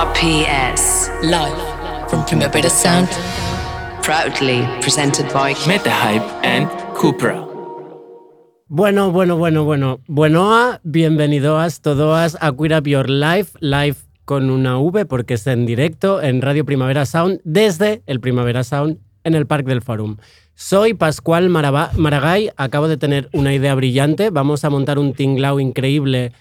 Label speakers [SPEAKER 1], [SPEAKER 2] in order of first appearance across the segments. [SPEAKER 1] RPS. Live from Primavera Sound. Proudly presented by
[SPEAKER 2] MetaHype and Cupra.
[SPEAKER 3] Bueno, bueno, bueno, bueno. Buenoa, bienvenidoas todoas a Queer Up Your Life, live con una V porque está en directo en Radio Primavera Sound desde el Primavera Sound en el Parque del Forum. Soy Pascual Maraba- Maragall, acabo de tener una idea brillante, vamos a montar un tinglao increíble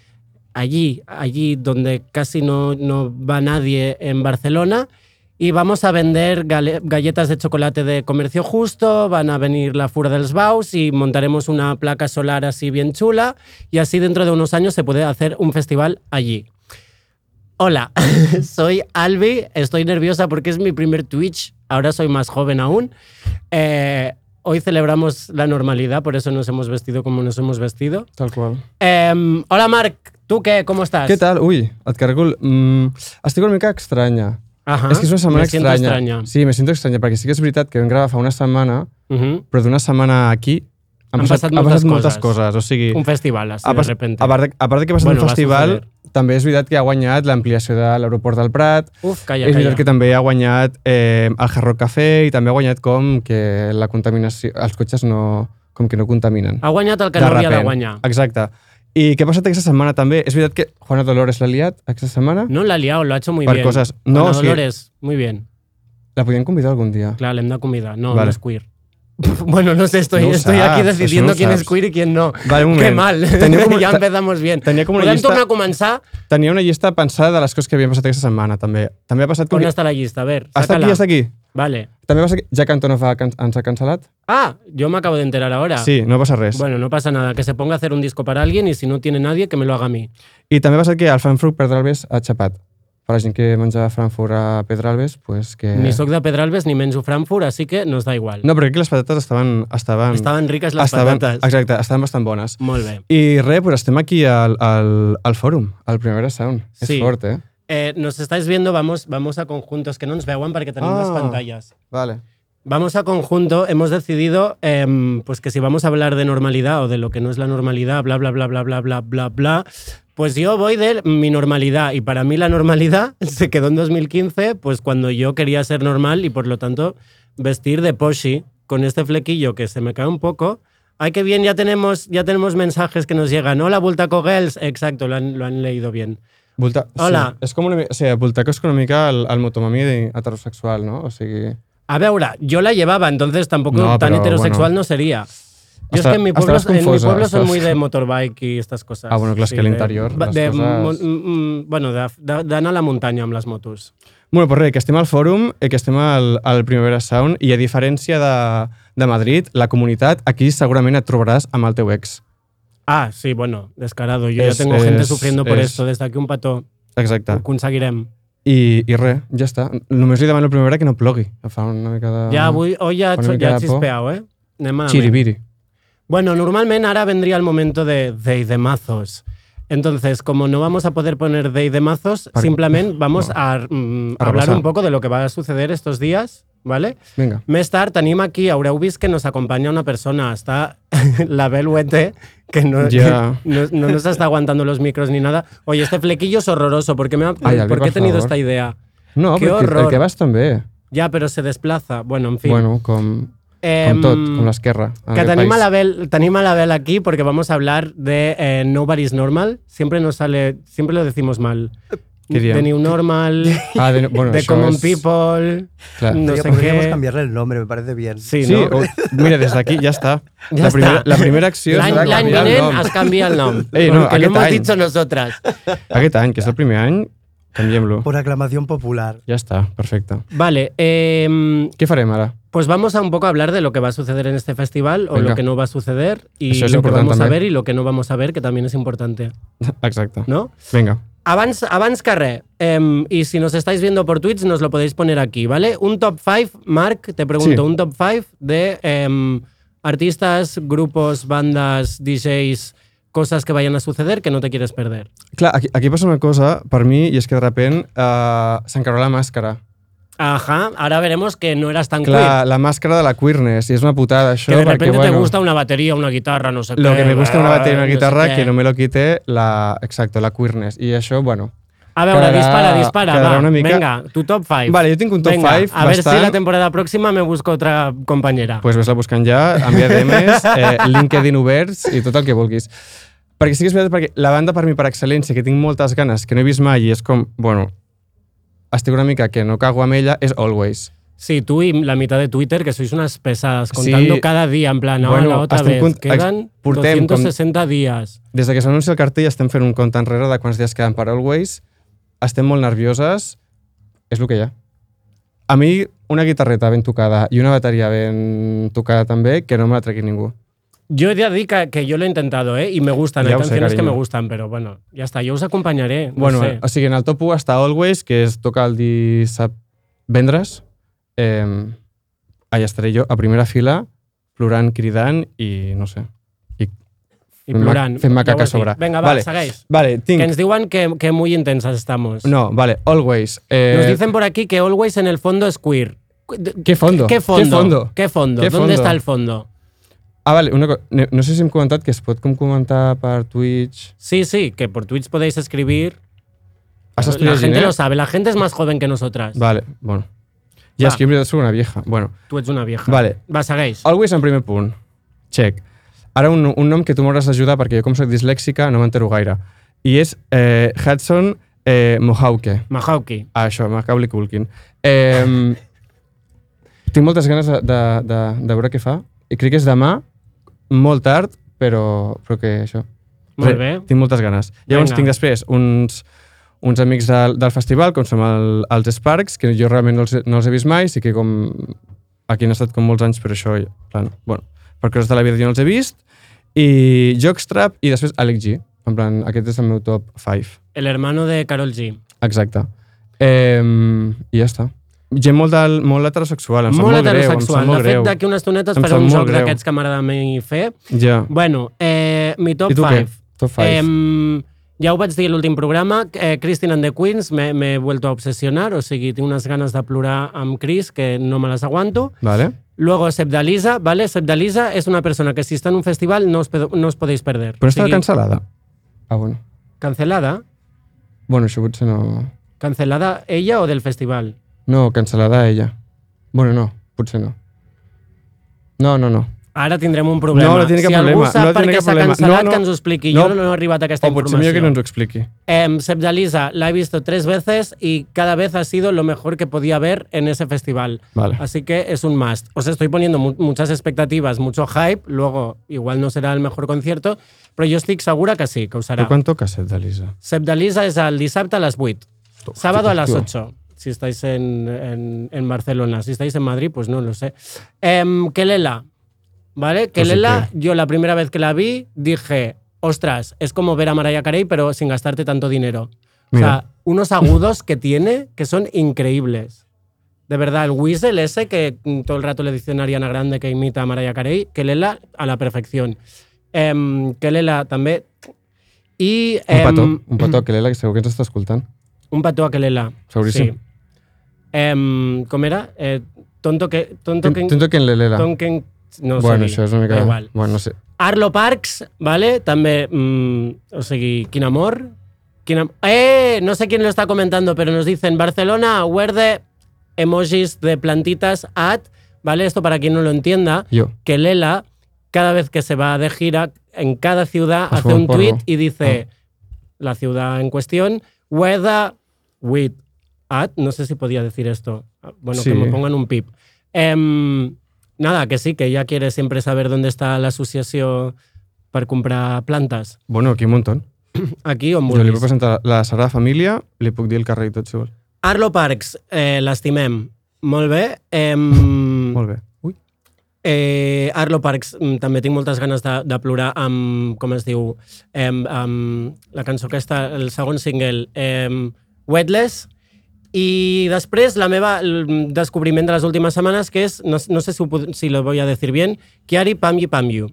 [SPEAKER 3] allí, allí donde casi no, no va nadie en Barcelona. Y vamos a vender gale- galletas de chocolate de comercio justo, van a venir la Fura dels Baus y montaremos una placa solar así bien chula. Y así dentro de unos años se puede hacer un festival allí. Hola, soy Albi, estoy nerviosa porque es mi primer Twitch, ahora soy más joven aún. Eh, hoy celebramos la normalidad, por eso nos hemos vestido como nos hemos vestido.
[SPEAKER 4] Tal qual.
[SPEAKER 3] Em, hola Marc, ¿tú qué? ¿Cómo estás?
[SPEAKER 4] Què tal? Ui, et cargo... el- Mm, estic una mica estranya.
[SPEAKER 3] Ajá,
[SPEAKER 4] És que és una setmana
[SPEAKER 3] Ah, me siento
[SPEAKER 4] estranya.
[SPEAKER 3] extraña.
[SPEAKER 4] Sí, me siento estranya, perquè sí que és veritat que vam gravar fa una setmana,
[SPEAKER 3] Ujú.
[SPEAKER 4] però d'una setmana aquí han,
[SPEAKER 3] Han
[SPEAKER 4] passat,
[SPEAKER 3] passat
[SPEAKER 4] han
[SPEAKER 3] moltes
[SPEAKER 4] passat moltes
[SPEAKER 3] coses.
[SPEAKER 4] coses. O sigui,
[SPEAKER 3] Un festival así
[SPEAKER 4] a,
[SPEAKER 3] de
[SPEAKER 4] pas,
[SPEAKER 3] repente.
[SPEAKER 4] a, part de, a part de que ha passat
[SPEAKER 3] Bueno,
[SPEAKER 4] bueno,
[SPEAKER 3] va
[SPEAKER 4] un festival,
[SPEAKER 3] suceder.
[SPEAKER 4] també és veritat que ha guanyat l'ampliació de l'aeroport del Prat,
[SPEAKER 3] Uf, calla,
[SPEAKER 4] és veritat
[SPEAKER 3] calla.
[SPEAKER 4] que també ha guanyat eh, el Hard Rock Café i també ha guanyat com que la contaminació, els cotxes no, com que no contaminen.
[SPEAKER 3] Ha guanyat el que no havia de
[SPEAKER 4] repent.
[SPEAKER 3] guanyar.
[SPEAKER 4] Exacte. I què ha passat aquesta setmana també? És veritat que Juana Dolores l'ha liat aquesta setmana?
[SPEAKER 3] No la ha liado, lo ha hecho muy
[SPEAKER 4] Per
[SPEAKER 3] bien.
[SPEAKER 4] cosas- no,
[SPEAKER 3] Ana
[SPEAKER 4] sí.
[SPEAKER 3] Dolores, muy bien.
[SPEAKER 4] La podien convidar algun dia.
[SPEAKER 3] Claro, le han dado comida. No, no
[SPEAKER 4] Vale.
[SPEAKER 3] es queer. bueno, no sé, estoy,
[SPEAKER 4] No lo
[SPEAKER 3] estoy
[SPEAKER 4] sabes,
[SPEAKER 3] aquí
[SPEAKER 4] eso
[SPEAKER 3] decidiendo
[SPEAKER 4] no lo
[SPEAKER 3] quién es
[SPEAKER 4] sabes.
[SPEAKER 3] queer y quién no.
[SPEAKER 4] Vale, un moment.
[SPEAKER 3] Qué mal.
[SPEAKER 4] Tenia com,
[SPEAKER 3] ya
[SPEAKER 4] ta-
[SPEAKER 3] empezamos bien.
[SPEAKER 4] tenia com una
[SPEAKER 3] Podem
[SPEAKER 4] llista-
[SPEAKER 3] tornar a començar.
[SPEAKER 4] Tenia una llista pensada de les coses que havien passat aquesta setmana, també. També ha passat... Com
[SPEAKER 3] On
[SPEAKER 4] que...
[SPEAKER 3] está la llista? A ver,
[SPEAKER 4] Està
[SPEAKER 3] sácala.
[SPEAKER 4] aquí, està aquí.
[SPEAKER 3] Vale.
[SPEAKER 4] També passa que Jack Antonoff ha can... ens ha cancel·lat?
[SPEAKER 3] Ah, yo me acabo de enterar ahora.
[SPEAKER 4] Sí, no passa res.
[SPEAKER 3] Ah. Bueno, no pasa nada. Que se ponga a hacer un disco para alguien y si no tiene nadie, que me lo haga a mí.
[SPEAKER 4] I també ha passat que el Frankfurt Pedralbes ha xapat. Per la gent que menja Frankfurt a Pedralbes, pues que...
[SPEAKER 3] Ni soc de Pedralbes ni menjo Frankfurt, así que nos da igual.
[SPEAKER 4] No, però crec que les patates estaven... Estaven,
[SPEAKER 3] Estaven riques les
[SPEAKER 4] estaven,
[SPEAKER 3] patates.
[SPEAKER 4] Exacte, estaven bastant bones.
[SPEAKER 3] Molt bé.
[SPEAKER 4] I res, pues estem aquí al, al, al fòrum, al Primera Sound.
[SPEAKER 3] Sí.
[SPEAKER 4] És fort, eh?
[SPEAKER 3] Eh, nos estáis viendo, vamos, vamos a conjuntos, que no nos vean porque tenemos las
[SPEAKER 4] Ah.
[SPEAKER 3] pantallas.
[SPEAKER 4] Vale.
[SPEAKER 3] Vamos a conjunto, hemos decidido em, pues que si vamos a hablar de normalidad o de lo que no es la normalidad, bla, bla, bla, bla, bla, bla, bla, bla, pues yo voy de mi normalidad y para mí la normalidad se quedó en 2015, pues cuando yo quería ser normal y por lo tanto vestir de poshi con este flequillo que se me cae un poco. Ay, qué bien, ya tenemos, ya tenemos mensajes que nos llegan. Hola, Bultaco Girls. Exacto, lo han, lo han leído bien.
[SPEAKER 4] Volta...
[SPEAKER 3] Hola.
[SPEAKER 4] Sí, és com una... mi- O sigui, Voltaco és com una mica el, el motomami de- heterosexual, no? O sigui...
[SPEAKER 3] A ver, ahora, yo la llevaba, entonces tampoco
[SPEAKER 4] No,
[SPEAKER 3] tan
[SPEAKER 4] pero
[SPEAKER 3] heterosexual
[SPEAKER 4] bueno.
[SPEAKER 3] no sería. Yo es
[SPEAKER 4] Hasta-
[SPEAKER 3] que en mi pueblo,
[SPEAKER 4] estarás
[SPEAKER 3] en mi
[SPEAKER 4] confusa,
[SPEAKER 3] pueblo son
[SPEAKER 4] estás-
[SPEAKER 3] muy de motorbike y estas cosas.
[SPEAKER 4] Ah, bueno, claro, es que el
[SPEAKER 3] de-
[SPEAKER 4] interior,
[SPEAKER 3] ba-
[SPEAKER 4] las
[SPEAKER 3] de
[SPEAKER 4] cosas-
[SPEAKER 3] mon- mm, mm, bueno, de, de- de anar a la muntanya amb les motos.
[SPEAKER 4] Bueno, pues res, que estem al fòrum, eh, que estem al, al Primavera Sound, i a diferència de, de Madrid, la comunitat, aquí segurament et trobaràs amb el teu ex.
[SPEAKER 3] Ah, sí, bueno, descarado. Yo
[SPEAKER 4] Es-
[SPEAKER 3] ya tengo gente
[SPEAKER 4] es-
[SPEAKER 3] sufriendo por
[SPEAKER 4] es- Ah.
[SPEAKER 3] esto. Desde aquí un pato
[SPEAKER 4] Exacte.
[SPEAKER 3] aconseguirem.
[SPEAKER 4] I, i res, ja està. Només li demano al Primavera que no plogui. Que Fa una mica de...
[SPEAKER 3] Ja avui, hoy ya,
[SPEAKER 4] Una
[SPEAKER 3] cho-
[SPEAKER 4] mica
[SPEAKER 3] ja
[SPEAKER 4] de por.
[SPEAKER 3] xispeau, eh? Anem malament.
[SPEAKER 4] Xiribiri.
[SPEAKER 3] Bueno, normalmente ahora vendría el momento de Day de mazos. Entonces, como no vamos a poder poner Day de mazos,
[SPEAKER 4] Para-
[SPEAKER 3] simplemente vamos
[SPEAKER 4] No.
[SPEAKER 3] a, mm,
[SPEAKER 4] A
[SPEAKER 3] hablar
[SPEAKER 4] repasar.
[SPEAKER 3] un poco de lo que va a suceder estos días, ¿vale?
[SPEAKER 4] Vinga.
[SPEAKER 3] Més tard tenim aquí a Aureubis que nos acompaña una persona. Está la Bel Huete, que, no,
[SPEAKER 4] Ya.
[SPEAKER 3] que no, no nos está aguantando los micros ni nada. Oye, este flequillo es horroroso. ¿Por qué, me ha-
[SPEAKER 4] Ay, Albi,
[SPEAKER 3] por qué he
[SPEAKER 4] por
[SPEAKER 3] tenido
[SPEAKER 4] favor.
[SPEAKER 3] esta idea?
[SPEAKER 4] No,
[SPEAKER 3] Qué
[SPEAKER 4] però el que-
[SPEAKER 3] horror.
[SPEAKER 4] el que vas també.
[SPEAKER 3] Ya, pero se desplaza. Bueno, en fin.
[SPEAKER 4] Bueno, com,
[SPEAKER 3] Em,
[SPEAKER 4] com tot, com l'esquerra. en
[SPEAKER 3] Que
[SPEAKER 4] aquest
[SPEAKER 3] tenim a,
[SPEAKER 4] país.
[SPEAKER 3] la Bel, tenim a la Bel aquí porque vamos a hablar de eh, Nobody's Normal. Siempre nos sale, siempre lo decimos mal.
[SPEAKER 4] ¿Qué día?
[SPEAKER 3] De New Normal,
[SPEAKER 4] Ah, de, bueno,
[SPEAKER 3] de
[SPEAKER 4] això
[SPEAKER 3] Common
[SPEAKER 4] és-
[SPEAKER 3] People,
[SPEAKER 4] Clar.
[SPEAKER 3] no
[SPEAKER 5] Podría-
[SPEAKER 3] sé
[SPEAKER 5] podríamos
[SPEAKER 3] qué.
[SPEAKER 5] cambiarle el nombre, me parece bien.
[SPEAKER 3] Sí,
[SPEAKER 4] Sí,
[SPEAKER 3] no?
[SPEAKER 4] o, mira, des d'aquí ja està.
[SPEAKER 3] Ja
[SPEAKER 4] la,
[SPEAKER 3] està.
[SPEAKER 4] Primera, la primera acció
[SPEAKER 3] L'any
[SPEAKER 4] serà
[SPEAKER 3] l'any
[SPEAKER 4] canviar el
[SPEAKER 3] vinent
[SPEAKER 4] nom.
[SPEAKER 3] es canvia el nom.
[SPEAKER 4] Ei,
[SPEAKER 3] porque
[SPEAKER 4] no,
[SPEAKER 3] lo
[SPEAKER 4] aquest
[SPEAKER 3] hemos
[SPEAKER 4] any.
[SPEAKER 3] dicho nosotras.
[SPEAKER 4] Aquest any, que és el primer any, canviem-lo.
[SPEAKER 5] Por aclamación popular.
[SPEAKER 4] Ja està, perfecte.
[SPEAKER 3] Vale, eh,
[SPEAKER 4] Què farem ara?
[SPEAKER 3] pues vamos a un poco hablar de lo que va a suceder en este festival o
[SPEAKER 4] Venga.
[SPEAKER 3] lo que no va a suceder y
[SPEAKER 4] Eso es
[SPEAKER 3] lo que
[SPEAKER 4] importante
[SPEAKER 3] vamos a
[SPEAKER 4] también.
[SPEAKER 3] ver y lo que no vamos a ver, que también es importante,
[SPEAKER 4] Exacte.
[SPEAKER 3] ¿no?
[SPEAKER 4] Vinga.
[SPEAKER 3] Abans, abans que res, em, y si nos estáis viendo por Twitch, nos lo podéis poner aquí, ¿vale? Un top 5, Marc, te pregunto,
[SPEAKER 4] Sí.
[SPEAKER 3] un top 5 de em, artistas, grupos, bandas, DJs, cosas que vayan a suceder que no te quieres perder.
[SPEAKER 4] Clar, aquí, aquí passa una cosa, per mi, i és que de repent eh, s'encarrega la màscara.
[SPEAKER 3] Ajá, ahora veremos que no eras tan
[SPEAKER 4] Clar,
[SPEAKER 3] queer.
[SPEAKER 4] la màscara de la queerness, i és una putada, això,
[SPEAKER 3] Que de
[SPEAKER 4] perquè,
[SPEAKER 3] repente
[SPEAKER 4] bueno...
[SPEAKER 3] te gusta una batería, una guitarra, no sé qué.
[SPEAKER 4] Lo que me gusta de una batería y una
[SPEAKER 3] no sé
[SPEAKER 4] guitarra,
[SPEAKER 3] qué.
[SPEAKER 4] que no me lo quite la... Exacto, la queerness. Y eso, bueno...
[SPEAKER 3] A veure,
[SPEAKER 4] Quedarà-
[SPEAKER 3] dispara, dispara,
[SPEAKER 4] quedarà
[SPEAKER 3] va,
[SPEAKER 4] una mica-
[SPEAKER 3] vinga, tu top 5.
[SPEAKER 4] Vale, jo tinc un top
[SPEAKER 3] Vinga,
[SPEAKER 4] five
[SPEAKER 3] A veure si
[SPEAKER 4] bastant.
[SPEAKER 3] la temporada pròxima me busco otra compañera.
[SPEAKER 4] pues ves-la buscant ja, envia DMs, eh, LinkedIn oberts i tot el que vulguis. Perquè sí que és veritat, perquè la banda per mi per excel·lència, que tinc moltes ganes, que no he vist mai i és com, bueno, estic una mica que no cago amb ella, és Always.
[SPEAKER 3] Sí, tú y la mitad de Twitter, que sois unas pesadas, contando
[SPEAKER 4] Sí.
[SPEAKER 3] cada día, en plan, ahora
[SPEAKER 4] Bueno,
[SPEAKER 3] la otra
[SPEAKER 4] hasta un
[SPEAKER 3] vez.
[SPEAKER 4] punt-
[SPEAKER 3] Quedan
[SPEAKER 4] portem com-
[SPEAKER 3] 260 días.
[SPEAKER 4] Des de que s'anuncia el cartell estem fent un compte enrere de quants dies queden per Always, estem molt nervioses, és el que hi ha. A mi, una guitarreta ben tocada i una bateria ben tocada també, que no me la tregui ningú.
[SPEAKER 3] Yo ya di que, que yo lo he intentado, ¿eh? Y me gustan,
[SPEAKER 4] Ya
[SPEAKER 3] hay
[SPEAKER 4] lo sé,
[SPEAKER 3] canciones que
[SPEAKER 4] cariño.
[SPEAKER 3] me gustan, pero bueno, ya está, yo os acompañaré. no
[SPEAKER 4] Bueno, eh,
[SPEAKER 3] sé.
[SPEAKER 4] o sigui, en el top 1 està Always, que es toca el divendres. Eh, allà estaré jo, a primera fila, plorant, cridant i no sé.
[SPEAKER 3] y
[SPEAKER 4] fent-me-
[SPEAKER 3] plurán.
[SPEAKER 4] fent-me caca a sobre.
[SPEAKER 3] Venga, va,
[SPEAKER 4] Vale.
[SPEAKER 3] segueix.
[SPEAKER 4] Vale,
[SPEAKER 3] Que ens
[SPEAKER 4] tinc...
[SPEAKER 3] diuen que, que muy intensas estamos.
[SPEAKER 4] No, vale, Always. Eh,
[SPEAKER 3] Nos dicen por aquí que Always en el fondo es queer.
[SPEAKER 4] ¿Qué fondo?
[SPEAKER 3] ¿Qué fondo?
[SPEAKER 4] ¿Qué fondo?
[SPEAKER 3] ¿Qué fondo?
[SPEAKER 4] ¿Qué
[SPEAKER 3] ¿Dónde
[SPEAKER 4] fondo?
[SPEAKER 3] está el fondo?
[SPEAKER 4] Ah, vale, una co- no, no sé si hem comentat que es pot com comentar per Twitch...
[SPEAKER 3] Sí, sí, que por Twitch podéis escribir.
[SPEAKER 4] Has
[SPEAKER 3] la
[SPEAKER 4] estudiat
[SPEAKER 3] gente
[SPEAKER 4] Giner?
[SPEAKER 3] lo sabe, la gente es más joven que nosotras.
[SPEAKER 4] Vale, bueno.
[SPEAKER 3] Va.
[SPEAKER 4] Ja, és que jo soc una vieja. Bueno,
[SPEAKER 3] Tú eres una vieja.
[SPEAKER 4] vale.
[SPEAKER 3] Va, segueix.
[SPEAKER 4] Always en primer punt. Check. Ara un, un nom que tu m'hauràs d'ajudar perquè jo com soc dislèxica no m'entero gaire. I és eh, Hudson eh, Mohawke.
[SPEAKER 3] Mahawki.
[SPEAKER 4] Ah, això, Macaulay Culkin. Eh, tinc moltes ganes de, de, de, de veure què fa. I crec que és demà, molt tard, però, però que això...
[SPEAKER 3] Molt
[SPEAKER 4] Re,
[SPEAKER 3] bé.
[SPEAKER 4] Tinc moltes ganes. Llavors
[SPEAKER 3] Vinga.
[SPEAKER 4] tinc després uns, uns amics del, del festival, com som el, els Sparks, que jo realment no els, he- no els he vist mai, sí que com... Aquí han estat com molts anys, però això... Plan, bueno, per coses de la vida jo no els he vist. I Jockstrap i després Alec G. En plan, aquest és el meu top 5.
[SPEAKER 3] El hermano de Carol
[SPEAKER 4] Em
[SPEAKER 3] G.
[SPEAKER 4] Exacte. Eh, I ja està. Gent molt, del, molt heterosexual, em sap molt,
[SPEAKER 3] molt
[SPEAKER 4] greu, em
[SPEAKER 3] heterosexual.
[SPEAKER 4] sap molt
[SPEAKER 3] de fet,
[SPEAKER 4] greu.
[SPEAKER 3] d'aquí unes tonetes
[SPEAKER 4] Em
[SPEAKER 3] faré
[SPEAKER 4] sap
[SPEAKER 3] un
[SPEAKER 4] molt
[SPEAKER 3] joc
[SPEAKER 4] greu.
[SPEAKER 3] d'aquests que m'agrada a mi fer.
[SPEAKER 4] Ja.
[SPEAKER 3] Bueno, eh, mi top
[SPEAKER 4] I
[SPEAKER 3] 5.
[SPEAKER 4] tu què? Top 5.
[SPEAKER 3] Em, ja ho vaig dir a l'últim programa, eh, Christine and the Queens, m'he- m'he vuelto a obsessionar, o sigui, tinc unes ganes de plorar amb Chris que no me les aguanto.
[SPEAKER 4] vale.
[SPEAKER 3] Luego Sebdalisa, ¿vale? Sebdalisa es una persona que si está en un festival no os, pedo- no os podéis perder. O
[SPEAKER 4] Però està
[SPEAKER 3] sigui,
[SPEAKER 4] cancel·lada. Ah, bueno.
[SPEAKER 3] ¿Cancelada?
[SPEAKER 4] Bueno, això potser no...
[SPEAKER 3] ¿Cancelada ella o del festival?
[SPEAKER 4] No, cancel·lada ella. Bueno, no, potser no. No, no, no.
[SPEAKER 3] Ara tindrem un problema.
[SPEAKER 4] No, no tiene cap
[SPEAKER 3] si algú
[SPEAKER 4] problema,
[SPEAKER 3] sap
[SPEAKER 4] no
[SPEAKER 3] per
[SPEAKER 4] tiene
[SPEAKER 3] què
[SPEAKER 4] cap
[SPEAKER 3] s'ha
[SPEAKER 4] problema.
[SPEAKER 3] cancel·lat,
[SPEAKER 4] No, no.
[SPEAKER 3] que ens ho expliqui.
[SPEAKER 4] No. Oh,
[SPEAKER 3] Jo no he arribat a aquesta
[SPEAKER 4] O potser millor
[SPEAKER 3] informació.
[SPEAKER 4] que no ens ho expliqui.
[SPEAKER 3] Em, Sebdalisa, la he visto tres veces y cada vez ha sido lo mejor que podía ver en ese festival.
[SPEAKER 4] Vale.
[SPEAKER 3] Así que es un must. Os estoy poniendo mu- muchas expectativas, mucho hype. Luego, igual no será el mejor concierto, pero yo estoy segura que sí, que us
[SPEAKER 4] Tu
[SPEAKER 3] serà.
[SPEAKER 4] quan toques, eh, Lisa?
[SPEAKER 3] Sebdalisa es al dissabte a las 8. Sábado a las
[SPEAKER 4] hòstia.
[SPEAKER 3] 8. Si estáis en, en- en Barcelona. Si estáis en Madrid, pues no lo sé. Em, Kelela. ¿Vale? Kelela, yo la primera vez que la vi dije, ostras, es como ver a Mariah Carey, pero sin gastarte tanto dinero. O sea,
[SPEAKER 4] Mira.
[SPEAKER 3] unos agudos que tiene que son increíbles. De verdad, el whistle ese que mm, todo el rato le dicen a Ariana Grande que imita a Mariah Carey, Kelela a la perfección. Em, Kelela també. I,
[SPEAKER 4] Un petó,
[SPEAKER 3] em,
[SPEAKER 4] un petó, que l'Ela, que segur que ens està escoltant.
[SPEAKER 3] un petó a Kelela.
[SPEAKER 4] Seguríssim.
[SPEAKER 3] Sí. Em, com era? Eh, tonto que... Tonto que...
[SPEAKER 4] Tinto que en l'Ela.
[SPEAKER 3] Tonto que... No ho
[SPEAKER 4] Bueno,
[SPEAKER 3] sé dir.
[SPEAKER 4] això és una mica...
[SPEAKER 3] Da Igual.
[SPEAKER 4] Bueno, no sé.
[SPEAKER 3] Arlo Parks, vale? També, mm, o sigui, quin amor. Quin am eh, no sé quién lo está comentando, pero nos dicen Barcelona, where the emojis de plantitas at, ¿vale? Esto para quien no lo entienda,
[SPEAKER 4] Jo.
[SPEAKER 3] que Lela, cada vez que se va de gira, en cada ciudad
[SPEAKER 4] Pues Ah.
[SPEAKER 3] hace
[SPEAKER 4] como
[SPEAKER 3] un
[SPEAKER 4] un porro.
[SPEAKER 3] tweet y dice la ciudad en cuestión, where the with at, no sé si podía decir esto, bueno, que
[SPEAKER 4] Sí.
[SPEAKER 3] me pongan un pip. Em, nada, que sí, que ella quiere siempre saber dónde está la asociación para comprar plantas.
[SPEAKER 4] Bueno, aquí un muntó.
[SPEAKER 3] Aquí on
[SPEAKER 4] Jo li
[SPEAKER 3] vulguis.
[SPEAKER 4] puc presentar la Sagrada Família, li puc dir el carrer i tot, si vol.
[SPEAKER 3] Arlo Parks, eh, l'estimem. Molt bé. Eh,
[SPEAKER 4] Molt bé. Ui.
[SPEAKER 3] Eh, Arlo Parks, mm, també tinc moltes ganes de, de plorar amb, com es diu, eh, amb la cançó aquesta, el segon single, eh, Wetless, i després la meva el descobriment de les últimes setmanes, que és, no, no sé si, ho, pod- si lo voy a decir bien, Kiari Pamyu Pamyu.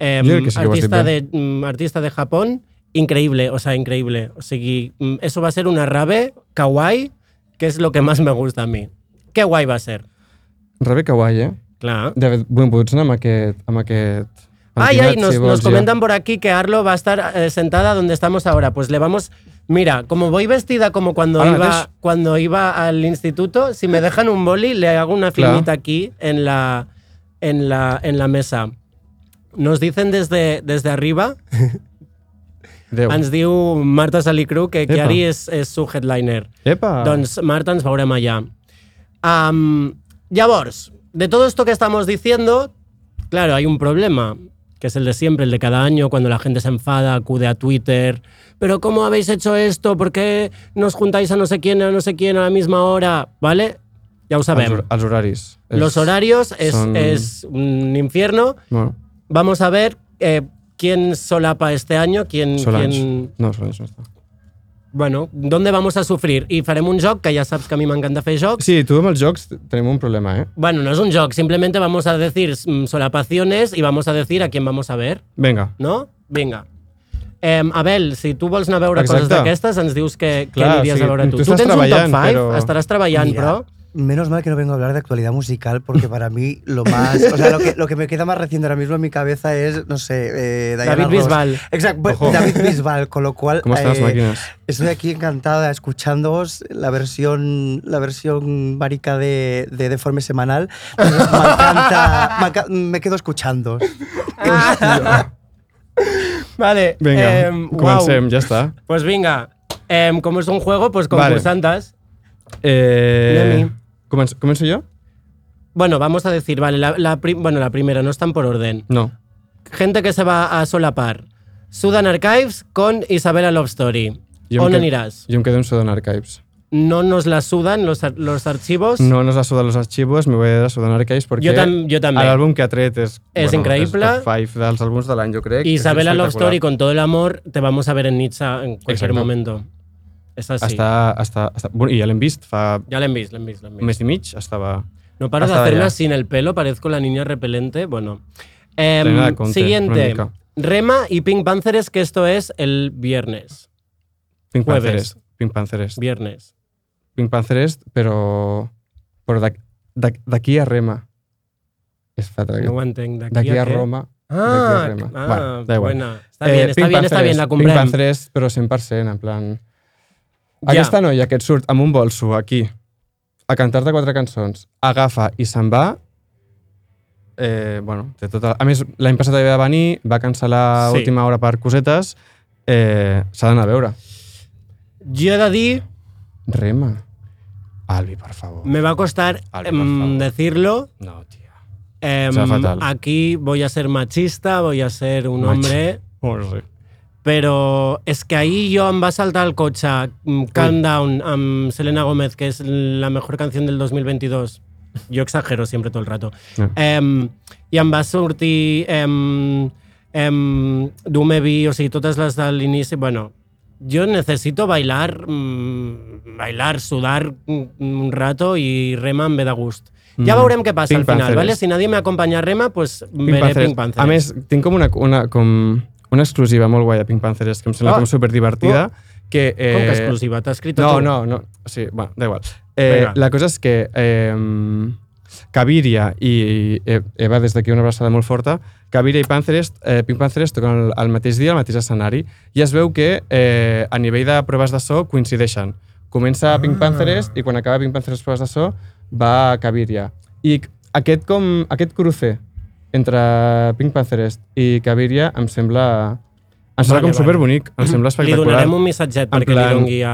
[SPEAKER 3] Eh,
[SPEAKER 4] Jo crec que sí que ho has dit
[SPEAKER 3] artista, de, mm, artista de Japón, increíble, o sea, increíble. O sigui, mm, eso va a ser una rave kawaii, que es lo que más me gusta a mí. Qué guai va a ser.
[SPEAKER 4] Rebé Kawai, eh?
[SPEAKER 3] Clar.
[SPEAKER 4] De fet, bueno, pots anar amb aquest... Amb aquest
[SPEAKER 3] Ay,
[SPEAKER 4] Pentinat,
[SPEAKER 3] ay, nos,
[SPEAKER 4] si
[SPEAKER 3] nos
[SPEAKER 4] vols, ja.
[SPEAKER 3] comentan por aquí que Arlo va a estar eh, sentada donde estamos ahora. Pues le vamos. Mira, como voy vestida como cuando
[SPEAKER 4] Ahora
[SPEAKER 3] iba,
[SPEAKER 4] mateix.
[SPEAKER 3] cuando iba al instituto, si me dejan un boli, le hago una
[SPEAKER 4] Clar.
[SPEAKER 3] filmita aquí en la, en la, en la mesa. Nos dicen desde, desde arriba,
[SPEAKER 4] Déu.
[SPEAKER 3] ens diu Marta Salicru, que
[SPEAKER 4] Epa.
[SPEAKER 3] Kiari és, és su headliner.
[SPEAKER 4] Epa!
[SPEAKER 3] Doncs, Marta, ens veurem allà. Am, llavors, de todo esto que estamos diciendo, claro, hay un problema, que es el de siempre, el de cada año, cuando la gente se enfada, acude a Twitter. Pero ¿cómo habéis hecho esto? ¿Por qué nos juntáis a no sé quién, a no sé quién a la misma hora? ¿Vale? Ya lo
[SPEAKER 4] els,
[SPEAKER 3] sabemos.
[SPEAKER 4] hor- els horaris. És-
[SPEAKER 3] Los horarios es,
[SPEAKER 4] son-
[SPEAKER 3] es un infierno.
[SPEAKER 4] Bueno,
[SPEAKER 3] Vamos a ver eh, quién solapa este año, quién-
[SPEAKER 4] Solange.
[SPEAKER 3] quién,
[SPEAKER 4] No, Solange no està.
[SPEAKER 3] Bueno, ¿dónde vamos a sufrir? I farem un joc, que ja saps que a mi m'encanta fer jocs.
[SPEAKER 4] Sí, tu amb els jocs tenim un problema, eh?
[SPEAKER 3] Bueno, no es un joke, simplemente vamos a decir mm, solapaciones y vamos a decir a quién vamos a ver,
[SPEAKER 4] Vinga.
[SPEAKER 3] ¿no? Vinga. Em, Abel, si tu vols anar a veure
[SPEAKER 4] Exacte.
[SPEAKER 3] coses d'aquestes, ens dius que, que
[SPEAKER 4] Clar,
[SPEAKER 3] aniries
[SPEAKER 4] o sigui,
[SPEAKER 3] a veure tu.
[SPEAKER 4] tu
[SPEAKER 3] tu
[SPEAKER 4] estàs
[SPEAKER 3] tens un top
[SPEAKER 4] treballant,
[SPEAKER 3] 5,
[SPEAKER 4] però-
[SPEAKER 3] estaràs treballant,
[SPEAKER 5] Mira,
[SPEAKER 3] però...
[SPEAKER 5] Menos mal que no vengo a hablar de actualidad musical porque para mí lo más. O sea, lo que, lo que me queda más reciente ahora mismo en mi cabeza es, no sé, eh, Diana
[SPEAKER 3] David
[SPEAKER 5] Ross.
[SPEAKER 3] Bisbal.
[SPEAKER 5] Exacto, pues,
[SPEAKER 4] Ojo.
[SPEAKER 5] David Bisbal, con lo cual.
[SPEAKER 4] Com estan les
[SPEAKER 5] eh,
[SPEAKER 4] màquines?
[SPEAKER 5] Estoy aquí encantada escuchándoos la versión, la versión marica de, de Deforme Semanal. Pues, Me encanta. Me, enca- me quedo escuchando.
[SPEAKER 3] Vale,
[SPEAKER 4] Vinga,
[SPEAKER 3] em,
[SPEAKER 4] comencem,
[SPEAKER 3] Eh, uau.
[SPEAKER 4] ja està.
[SPEAKER 3] Pues vinga, em, com és un juego, pues
[SPEAKER 4] Vale.
[SPEAKER 3] concursantes.
[SPEAKER 4] Eh,
[SPEAKER 3] Anem-hi.
[SPEAKER 4] començo, començo jo?
[SPEAKER 3] Bueno, vamos a decir, vale, la, la prim- bueno, la primera, no están por orden.
[SPEAKER 4] No.
[SPEAKER 3] Gente que se va a solapar. Sudan Archives con Isabella Love Story.
[SPEAKER 4] Jo em
[SPEAKER 3] ¿On
[SPEAKER 4] quedo-
[SPEAKER 3] aniràs?
[SPEAKER 4] Jo em quedo en Sudan Archives.
[SPEAKER 3] no nos la sudan los, ar- los archivos.
[SPEAKER 4] No nos la sudan los archivos, me voy a Sudan Archives perquè
[SPEAKER 3] Jo tam- jo també.
[SPEAKER 4] l'àlbum que ha tret és...
[SPEAKER 3] És increïble.
[SPEAKER 4] És top 5 dels àlbums de l'any, jo crec.
[SPEAKER 3] Y Isabela
[SPEAKER 4] És
[SPEAKER 3] Love
[SPEAKER 4] espectacular.
[SPEAKER 3] Story, con todo el amor, te vamos a ver en Nizza en cualquier
[SPEAKER 4] Exacto.
[SPEAKER 3] momento. Es así.
[SPEAKER 4] Està, està, està, bueno, I ja l'hem vist fa
[SPEAKER 3] Ya la han visto, la han visto, la han
[SPEAKER 4] un
[SPEAKER 3] visto.
[SPEAKER 4] mes i mig, estava...
[SPEAKER 3] No paro de
[SPEAKER 4] hasta
[SPEAKER 3] hacerla
[SPEAKER 4] allá.
[SPEAKER 3] sin el pelo, parezco la niña repelente. Bueno. Em,
[SPEAKER 4] Tenía la conte,
[SPEAKER 3] siguiente.
[SPEAKER 4] una mica.
[SPEAKER 3] Rema y Pink Panthers, que esto es el viernes.
[SPEAKER 4] Pink
[SPEAKER 3] Jueves.
[SPEAKER 4] Panthers. Pink Panthers.
[SPEAKER 3] Viernes.
[SPEAKER 4] Pink Panthers, però... Però d'ac- d'ac- d'aquí a Rema. És fatal.
[SPEAKER 3] No
[SPEAKER 4] aquest.
[SPEAKER 3] aguanten de aquí,
[SPEAKER 4] D'aquí a
[SPEAKER 3] qué?
[SPEAKER 4] Roma.
[SPEAKER 3] Ah,
[SPEAKER 4] d'aquí a Rema.
[SPEAKER 3] ah,
[SPEAKER 4] Bueno, da igual. Eh,
[SPEAKER 3] buena. Está bien, está
[SPEAKER 4] Pink
[SPEAKER 3] bien, está
[SPEAKER 4] Panthers,
[SPEAKER 3] bien, la
[SPEAKER 4] Pink
[SPEAKER 3] comprem.
[SPEAKER 4] Panthers, però 100%, en plan...
[SPEAKER 3] Ja.
[SPEAKER 4] Aquesta noia que et surt amb un bolso aquí a cantar-te quatre cançons, agafa i se'n va, eh, bueno, té tota... A més, l'any passat havia de venir, va cancel·lar a
[SPEAKER 3] Sí.
[SPEAKER 4] última hora per cosetes, eh, s'ha d'anar a veure.
[SPEAKER 3] Jo he de dir,
[SPEAKER 4] Rema. Albi, per favor.
[SPEAKER 3] me va a costar
[SPEAKER 4] Ale, por
[SPEAKER 3] em,
[SPEAKER 4] favor.
[SPEAKER 3] decirlo,
[SPEAKER 4] No, tia.
[SPEAKER 3] Em,
[SPEAKER 4] Será fatal.
[SPEAKER 3] aquí voy a ser machista, voy a ser un
[SPEAKER 4] Machi-
[SPEAKER 3] hombre, pero es que ahí yo em va saltar el coche mm, Calm Down amb Selena Gómez, que es la mejor canción del 2022. Yo exagero siempre todo el rato.
[SPEAKER 4] No.
[SPEAKER 3] Em, I em va sortir em, em, Do Me Be, o sigui, totes les de l'inici. Bueno, yo necesito bailar, mm, bailar, sudar un un rato y Rema em ve de gust. Ja
[SPEAKER 4] Mm.
[SPEAKER 3] veurem què passa
[SPEAKER 4] Pink
[SPEAKER 3] al final,
[SPEAKER 4] Panthers.
[SPEAKER 3] ¿vale? Si nadie me acompaña a Rema, pues veré Pink Panthers.
[SPEAKER 4] A més, tinc com una, una, com una exclusiva molt guai de Pink Panthers, que em sembla
[SPEAKER 3] Ah. Oh.
[SPEAKER 4] com superdivertida, que... Eh,
[SPEAKER 3] Com que exclusiva, t'ha escrit
[SPEAKER 4] No,
[SPEAKER 3] tu?
[SPEAKER 4] no, no. Sí, bueno, da igual. Eh,
[SPEAKER 3] Vinga.
[SPEAKER 4] la cosa és que eh, Caviria i eh, Eva, des d'aquí una abraçada molt forta, Caviria i Panthers, eh, Pink Panthers toquen el, el mateix dia, al mateix escenari, i es veu que eh, a nivell de proves de so coincideixen. Comença
[SPEAKER 3] Ah.
[SPEAKER 4] Pink Panthers i quan acaba Pink Panthers proves de so va a Caviria. I aquest, com, aquest cruce entre Pink Panthers i Caviria em sembla... Em sembla
[SPEAKER 3] Vale,
[SPEAKER 4] com
[SPEAKER 3] vale.
[SPEAKER 4] superbonic, em sembla
[SPEAKER 3] Li
[SPEAKER 4] espectacular
[SPEAKER 3] donarem un missatget perquè
[SPEAKER 4] plan-
[SPEAKER 3] li dongui a,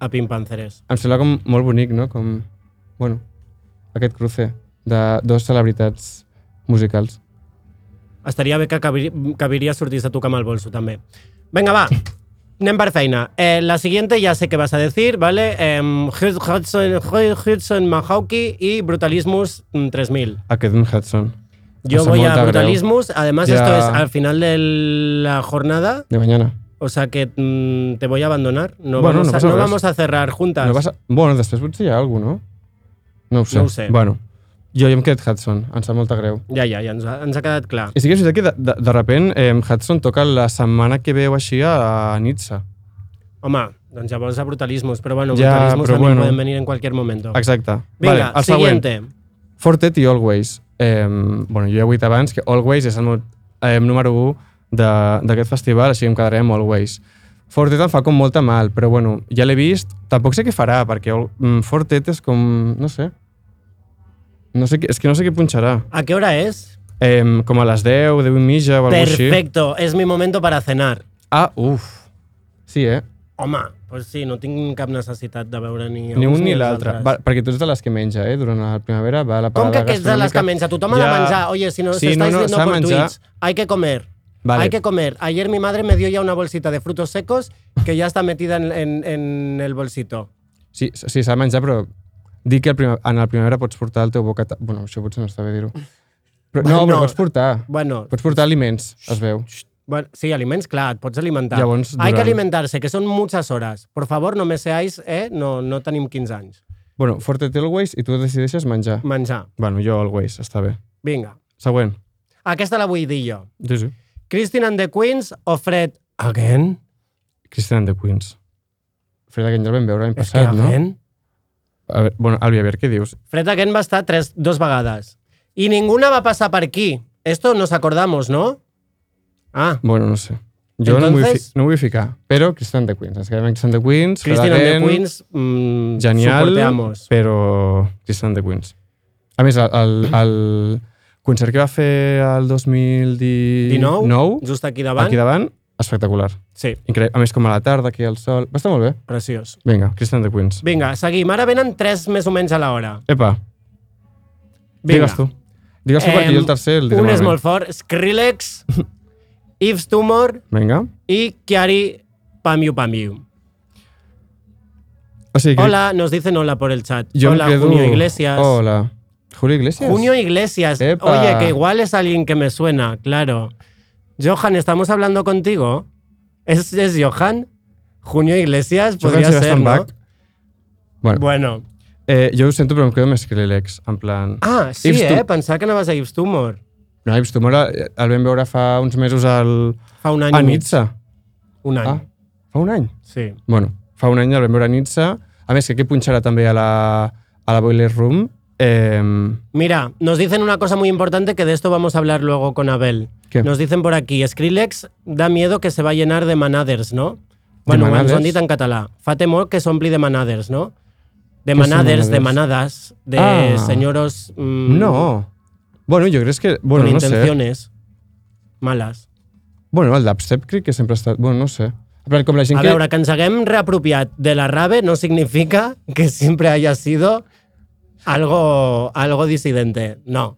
[SPEAKER 3] a Pim Panceres.
[SPEAKER 4] em sembla com molt bonic, no? Com, bueno, aquest cruce de dos celebritats musicals.
[SPEAKER 3] Estaria bé que Cabiri- Caviria sortís a tocar amb el bolso, també. Vinga, va, anem per feina. Eh, la siguiente ya sé que vas a decir, ¿vale? Eh, Hudson, Hudson Mahawki y Brutalismus mm, 3000.
[SPEAKER 4] A Kedun Hudson.
[SPEAKER 3] Yo
[SPEAKER 4] Em sap
[SPEAKER 3] voy a
[SPEAKER 4] molta greu.
[SPEAKER 3] Brutalismus, además
[SPEAKER 4] Ja.
[SPEAKER 3] esto es al final de la jornada,
[SPEAKER 4] De mañana.
[SPEAKER 3] o sea que mm, te voy a abandonar. No,
[SPEAKER 4] Bueno,
[SPEAKER 3] vamos,
[SPEAKER 4] no
[SPEAKER 3] a,
[SPEAKER 4] pasa
[SPEAKER 3] no
[SPEAKER 4] res.
[SPEAKER 3] vamos a cerrar juntas.
[SPEAKER 4] No vas a... Bueno, després potser hi ha algú, no? No ho sé.
[SPEAKER 3] Ah, No ho sé.
[SPEAKER 4] Bueno, jo hi hem quedat Hudson, em sap molta greu.
[SPEAKER 3] Ja, ja, ja, ens ha, ens ha quedat clar.
[SPEAKER 4] I sí que és veritat que de, de, de repent eh, Hudson toca la setmana que veu així a Nizza.
[SPEAKER 3] Home, doncs llavors a brutalismos, però bueno,
[SPEAKER 4] Ja,
[SPEAKER 3] brutalismos
[SPEAKER 4] però
[SPEAKER 3] també
[SPEAKER 4] bueno.
[SPEAKER 3] poden venir en cualquier momento.
[SPEAKER 4] Exacte.
[SPEAKER 3] Vinga,
[SPEAKER 4] el següent.
[SPEAKER 3] siguiente.
[SPEAKER 4] Fortet i Always. Eh, bueno, jo ja ho he dit abans que Always és el meu eh, número 1 d'aquest festival, així que em quedaré amb Always. Fortet em fa com molta mal, però bueno, ja l'he vist. Tampoc sé què farà, perquè el- mm, Fortet és com... no sé. No sé què- és que no sé què punxarà.
[SPEAKER 3] ¿A qué hora es?
[SPEAKER 4] Em, com a les 10, 10 i mitja o alguna cosa així.
[SPEAKER 3] Perfecto, es mi momento para cenar.
[SPEAKER 4] Ah, uf. Sí, eh?
[SPEAKER 3] Home, pues sí, no tinc cap necessitat de veure ni...
[SPEAKER 4] Ni
[SPEAKER 3] uns
[SPEAKER 4] un ni
[SPEAKER 3] els
[SPEAKER 4] l'altre.
[SPEAKER 3] altres.
[SPEAKER 4] Va, Perquè tu ets de les que menja, eh? Durant la primavera va a la
[SPEAKER 3] Com
[SPEAKER 4] parada
[SPEAKER 3] que aquests de les que
[SPEAKER 4] gastronòmica.
[SPEAKER 3] menja? Tothom ha de menjar. Oye, si no os
[SPEAKER 4] Sí,
[SPEAKER 3] estáis viendo
[SPEAKER 4] s'ha de
[SPEAKER 3] por
[SPEAKER 4] menjar.
[SPEAKER 3] Twitch, hay que comer.
[SPEAKER 4] Vale.
[SPEAKER 3] Hay que comer. Ayer mi madre me dio ya una bolsita de frutos secos que ya está metida en, en- en el bolsito.
[SPEAKER 4] Sí, s- sí s'ha de menjar, però dir que el prima, en la primavera pots portar el teu bocata... Bueno, això potser no està bé dir-ho. Però, no,
[SPEAKER 3] Bueno.
[SPEAKER 4] però pots portar.
[SPEAKER 3] Bueno,
[SPEAKER 4] Pots portar aliments, es veu.
[SPEAKER 3] bueno, sí, aliments, claro, pots alimentar.
[SPEAKER 4] Llavors,
[SPEAKER 3] Hay que
[SPEAKER 4] durant-
[SPEAKER 3] alimentarse, que son muchas horas. Por favor, no me seáis, eh? No, no tenim 15 anys.
[SPEAKER 4] Bueno, fortet always i tu decideixes menjar.
[SPEAKER 3] Menjar.
[SPEAKER 4] Mm. Bueno, jo always, està bé.
[SPEAKER 3] Vinga.
[SPEAKER 4] Següent.
[SPEAKER 3] Aquesta la vull dir jo.
[SPEAKER 4] Sí, sí.
[SPEAKER 3] Christine and the Queens o Fred Again?
[SPEAKER 4] Christian and the Queens. Fred Again ja el vam veure l'any
[SPEAKER 3] És que
[SPEAKER 4] passat, no?
[SPEAKER 3] Again...
[SPEAKER 4] A veure, bueno, Albi, a veure, què dius?
[SPEAKER 3] Fred Again va estar tres, dos vegades. I ninguna va passar per aquí. Esto nos acordamos, no? Ah,
[SPEAKER 4] Bueno, no sé. Jo no, vull fi,
[SPEAKER 3] Entonces-
[SPEAKER 4] no vull ficar, però Christian and the Queens. Ens quedem amb Christian and the Queens, Fred
[SPEAKER 3] Christine and the
[SPEAKER 4] Again,
[SPEAKER 3] Queens, mm,
[SPEAKER 4] genial,
[SPEAKER 3] soporteamos.
[SPEAKER 4] però Christian and the Queens. A més, el, el, el concert que va fer el 2019,
[SPEAKER 3] 19, just aquí davant.
[SPEAKER 4] aquí davant, espectacular.
[SPEAKER 3] Sí,
[SPEAKER 4] Increïble. A més, com a la tarda, aquí al sol... Va estar molt bé.
[SPEAKER 3] preciós.
[SPEAKER 4] Vinga, Christian and the Queens.
[SPEAKER 3] Vinga, seguim. Ara venen tres més o menys a l'hora.
[SPEAKER 4] Epa,
[SPEAKER 3] Vinga.
[SPEAKER 4] digues tu. Digues tu perquè
[SPEAKER 3] Em,
[SPEAKER 4] jo el tercer el diré
[SPEAKER 3] Un és
[SPEAKER 4] malament.
[SPEAKER 3] molt fort. Skrillex, Yves Tumor
[SPEAKER 4] Vinga.
[SPEAKER 3] i Kiari Pamiu Pamiu.
[SPEAKER 4] O sigui, que
[SPEAKER 3] Hola, nos dicen hola por el chat.
[SPEAKER 4] jo em
[SPEAKER 3] hola,
[SPEAKER 4] quedo...
[SPEAKER 3] Junio Iglesias.
[SPEAKER 4] Hola. Julio Iglesias?
[SPEAKER 3] Junio Iglesias.
[SPEAKER 4] Epa.
[SPEAKER 3] Oye, que igual es alguien que me suena, claro. Johan, ¿estamos hablando contigo? ¿Es, es Johan? Junio Iglesias
[SPEAKER 4] Johann
[SPEAKER 3] podría ser,
[SPEAKER 4] Sebastian
[SPEAKER 3] ¿no?
[SPEAKER 4] Bach. Bueno,
[SPEAKER 3] Bueno.
[SPEAKER 4] eh, jo ho sento, però em quedo més Skrillex, en plan...
[SPEAKER 3] Ah, sí,
[SPEAKER 4] Yves
[SPEAKER 3] eh?
[SPEAKER 4] Tum-
[SPEAKER 3] Pensaba que no vas a Yves Tumor.
[SPEAKER 4] No, Ives Tumor eh, el vam veure fa uns mesos al...
[SPEAKER 3] Fa un año.
[SPEAKER 4] a Nizza.
[SPEAKER 3] Un año,
[SPEAKER 4] Ah, fa un any?
[SPEAKER 3] sí.
[SPEAKER 4] Bueno, fa un any el vam veure a Nizza. A més, que aquí punxarà també a la, a la Boiler Room. Eh,
[SPEAKER 3] Mira, nos dicen una cosa muy importante que de esto vamos a hablar luego con Abel.
[SPEAKER 4] ¿Qué?
[SPEAKER 3] Nos dicen por aquí, Skrillex da miedo que se va a llenar de manaders, ¿no? Bueno, ens ho han
[SPEAKER 4] manaders?
[SPEAKER 3] dit en català. Fa temor que s'ompli de manaders, no? De
[SPEAKER 4] Què són
[SPEAKER 3] manaders, de
[SPEAKER 4] manaders?
[SPEAKER 3] manadas, de
[SPEAKER 4] Ah.
[SPEAKER 3] señoros... mm,
[SPEAKER 4] no. Bueno, jo crec que... Bueno,
[SPEAKER 3] con
[SPEAKER 4] no sé.
[SPEAKER 3] intenciones malas.
[SPEAKER 4] Bueno, el dubstep crec que sempre ha estat... Bueno, no sé. En plan, com la gent
[SPEAKER 3] A
[SPEAKER 4] que...
[SPEAKER 3] veure, que ens haguem reapropiat de la rave no significa que siempre haya sido algo, algo disidente. No.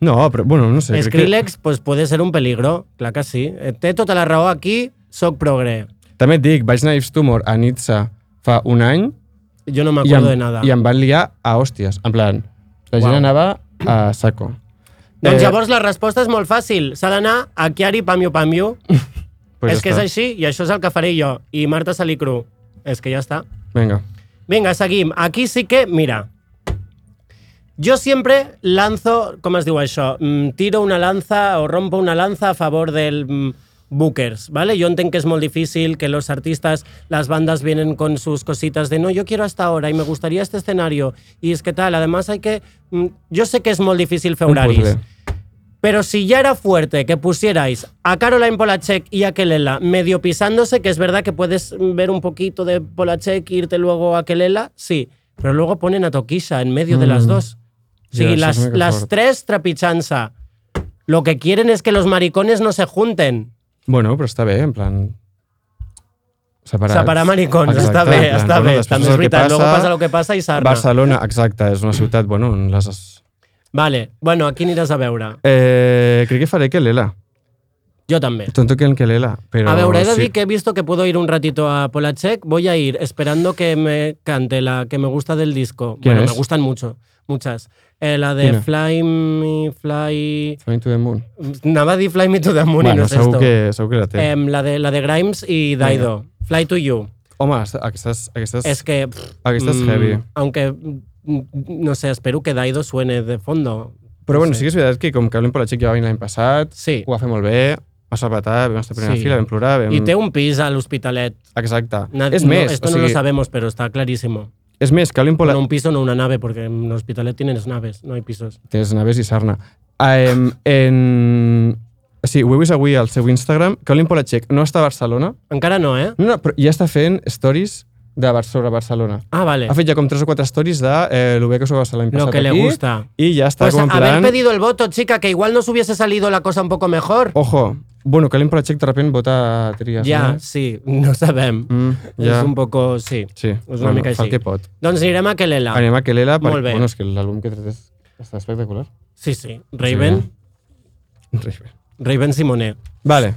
[SPEAKER 4] No, però, bueno, no sé. crec que-
[SPEAKER 3] Skrillex pues, puede ser un peligro, clar que sí. Eh, Té tota la raó aquí, soc progre.
[SPEAKER 4] També et dic, vaig anar a Ives Tumor a Nizza fa un any
[SPEAKER 3] Jo no
[SPEAKER 4] i em,
[SPEAKER 3] m'acordo de nada.
[SPEAKER 4] i em van liar a hòsties. En plan, la gent
[SPEAKER 3] Uau.
[SPEAKER 4] anava a saco.
[SPEAKER 3] Doncs
[SPEAKER 4] Eh,
[SPEAKER 3] llavors la resposta és molt fàcil. S'ha d'anar a Chiari Pamiu Pamiu. és
[SPEAKER 4] ja
[SPEAKER 3] que és
[SPEAKER 4] està.
[SPEAKER 3] així i això és el que faré jo. I Marta Salicru. És que ja està.
[SPEAKER 4] Vinga.
[SPEAKER 3] Venga, seguim. Aquí sí que, mira. Yo siempre lanzo, com es diu això? Mm, Tiro una lanza o rompo una lanza a favor del mm, bookers, ¿vale? Yo entenc que es muy difícil que los artistas, las bandas vienen con sus cositas de no, yo quiero hasta ahora y me gustaría este escenario y es que tal, además hay que... mm, Yo sé que es muy difícil fer
[SPEAKER 4] Un
[SPEAKER 3] horaris,
[SPEAKER 4] puzzle.
[SPEAKER 3] pero si ya era fuerte que pusierais a Caroline Polachek y a Kelela medio pisándose, que es verdad que puedes ver un poquito de Polachek e irte luego a Kelela, sí. Pero luego ponen a Toquisha en medio de las
[SPEAKER 4] Mm.
[SPEAKER 3] dos.
[SPEAKER 4] Ya,
[SPEAKER 3] Sí,
[SPEAKER 4] eso es
[SPEAKER 3] las,
[SPEAKER 4] muy
[SPEAKER 3] las
[SPEAKER 4] fuerte.
[SPEAKER 3] tres trapichanza. Lo que quieren es que los maricones no se junten.
[SPEAKER 4] Bueno, però està bé, en plan... Separats.
[SPEAKER 3] Separar maricons,
[SPEAKER 4] Exacte,
[SPEAKER 3] està
[SPEAKER 4] en
[SPEAKER 3] bé,
[SPEAKER 4] plan,
[SPEAKER 3] està bé.
[SPEAKER 4] després
[SPEAKER 3] També és
[SPEAKER 4] el que
[SPEAKER 3] veritat, luego passa el que passa i sarna.
[SPEAKER 4] Barcelona, exacte, és una ciutat, bueno, on les...
[SPEAKER 3] Vale, bueno, aquí aniràs a veure.
[SPEAKER 4] Eh, crec que faré que l'Ela.
[SPEAKER 3] Jo també.
[SPEAKER 4] Tonto que el que l'Ela, però...
[SPEAKER 3] a ver, he de
[SPEAKER 4] sí.
[SPEAKER 3] dir que he visto que puedo ir un ratito a Polachek. Voy a ir esperando que me cante la que me gusta del disco.
[SPEAKER 4] ¿Quién
[SPEAKER 3] bueno,
[SPEAKER 4] es?
[SPEAKER 3] me gustan mucho, muchas. Eh, la de
[SPEAKER 4] Dime.
[SPEAKER 3] Fly Me, Fly...
[SPEAKER 4] Flying to the moon.
[SPEAKER 3] Nada de Fly Me to the Moon y no
[SPEAKER 4] bueno,
[SPEAKER 3] es
[SPEAKER 4] segur
[SPEAKER 3] esto.
[SPEAKER 4] que, segur que la té.
[SPEAKER 3] Em, la, de, la de Grimes y Daido. Fly to You.
[SPEAKER 4] Home, aquestes... aquestes
[SPEAKER 3] Es que... pff,
[SPEAKER 4] Aquestes
[SPEAKER 3] mm,
[SPEAKER 4] heavy.
[SPEAKER 3] Aunque, mm, no sé, espero que Daido suene de fondo.
[SPEAKER 4] Però bueno,
[SPEAKER 3] Sí.
[SPEAKER 4] sí que és veritat que com que Hablem per la Xic ja va venir l'any passat,
[SPEAKER 3] Sí.
[SPEAKER 4] ho va fer molt bé, va sapatar, vam estar a primera
[SPEAKER 3] Sí.
[SPEAKER 4] fila, vam plorar, vam...
[SPEAKER 3] Y té un pis al Hospitalet.
[SPEAKER 4] Exacte.
[SPEAKER 3] Na-
[SPEAKER 4] és
[SPEAKER 3] no,
[SPEAKER 4] més,
[SPEAKER 3] esto
[SPEAKER 4] o
[SPEAKER 3] no
[SPEAKER 4] sigui,
[SPEAKER 3] lo sabemos, pero está clarísimo.
[SPEAKER 4] és més, que Hablem per la...
[SPEAKER 3] No un piso, no una nave, porque en los hospitales tienes naves, no hay pisos.
[SPEAKER 4] Tens naves i sarna. Um, en... Sí, ho he vist avui al seu Instagram, que Olin Polacek no està a Barcelona,
[SPEAKER 3] Encara no, eh?
[SPEAKER 4] no, no, però ja està fent stories de Bar- sobre Barcelona.
[SPEAKER 3] Ah, vale.
[SPEAKER 4] Ha fet ja com 3 o 4 stories de eh, lo bé que s'ho va passar l'any
[SPEAKER 3] Lo
[SPEAKER 4] passat
[SPEAKER 3] que le
[SPEAKER 4] aquí.
[SPEAKER 3] gusta.
[SPEAKER 4] I ja està
[SPEAKER 3] Pues
[SPEAKER 4] com en
[SPEAKER 3] haber
[SPEAKER 4] plan...
[SPEAKER 3] pedido el voto, chica, que igual nos hubiese salido la cosa un poco mejor.
[SPEAKER 4] Ojo, bueno, que Olin Polacek de repente vota a Trias,
[SPEAKER 3] ja,
[SPEAKER 4] Pues no?
[SPEAKER 3] sí, no sabem.
[SPEAKER 4] Mm, ja.
[SPEAKER 3] És un poco... Sí.
[SPEAKER 4] Sí,
[SPEAKER 3] És una mica
[SPEAKER 4] fa el
[SPEAKER 3] així.
[SPEAKER 4] que pot.
[SPEAKER 3] Doncs anirem a Kelela.
[SPEAKER 4] Anem a Kelela, perquè,
[SPEAKER 3] Molt bé.
[SPEAKER 4] bueno, és que l'àlbum que he tret és, està espectacular.
[SPEAKER 3] Sí, sí. Raven,
[SPEAKER 4] Sí. Res bé.
[SPEAKER 3] Raven Simonet.
[SPEAKER 4] Vale,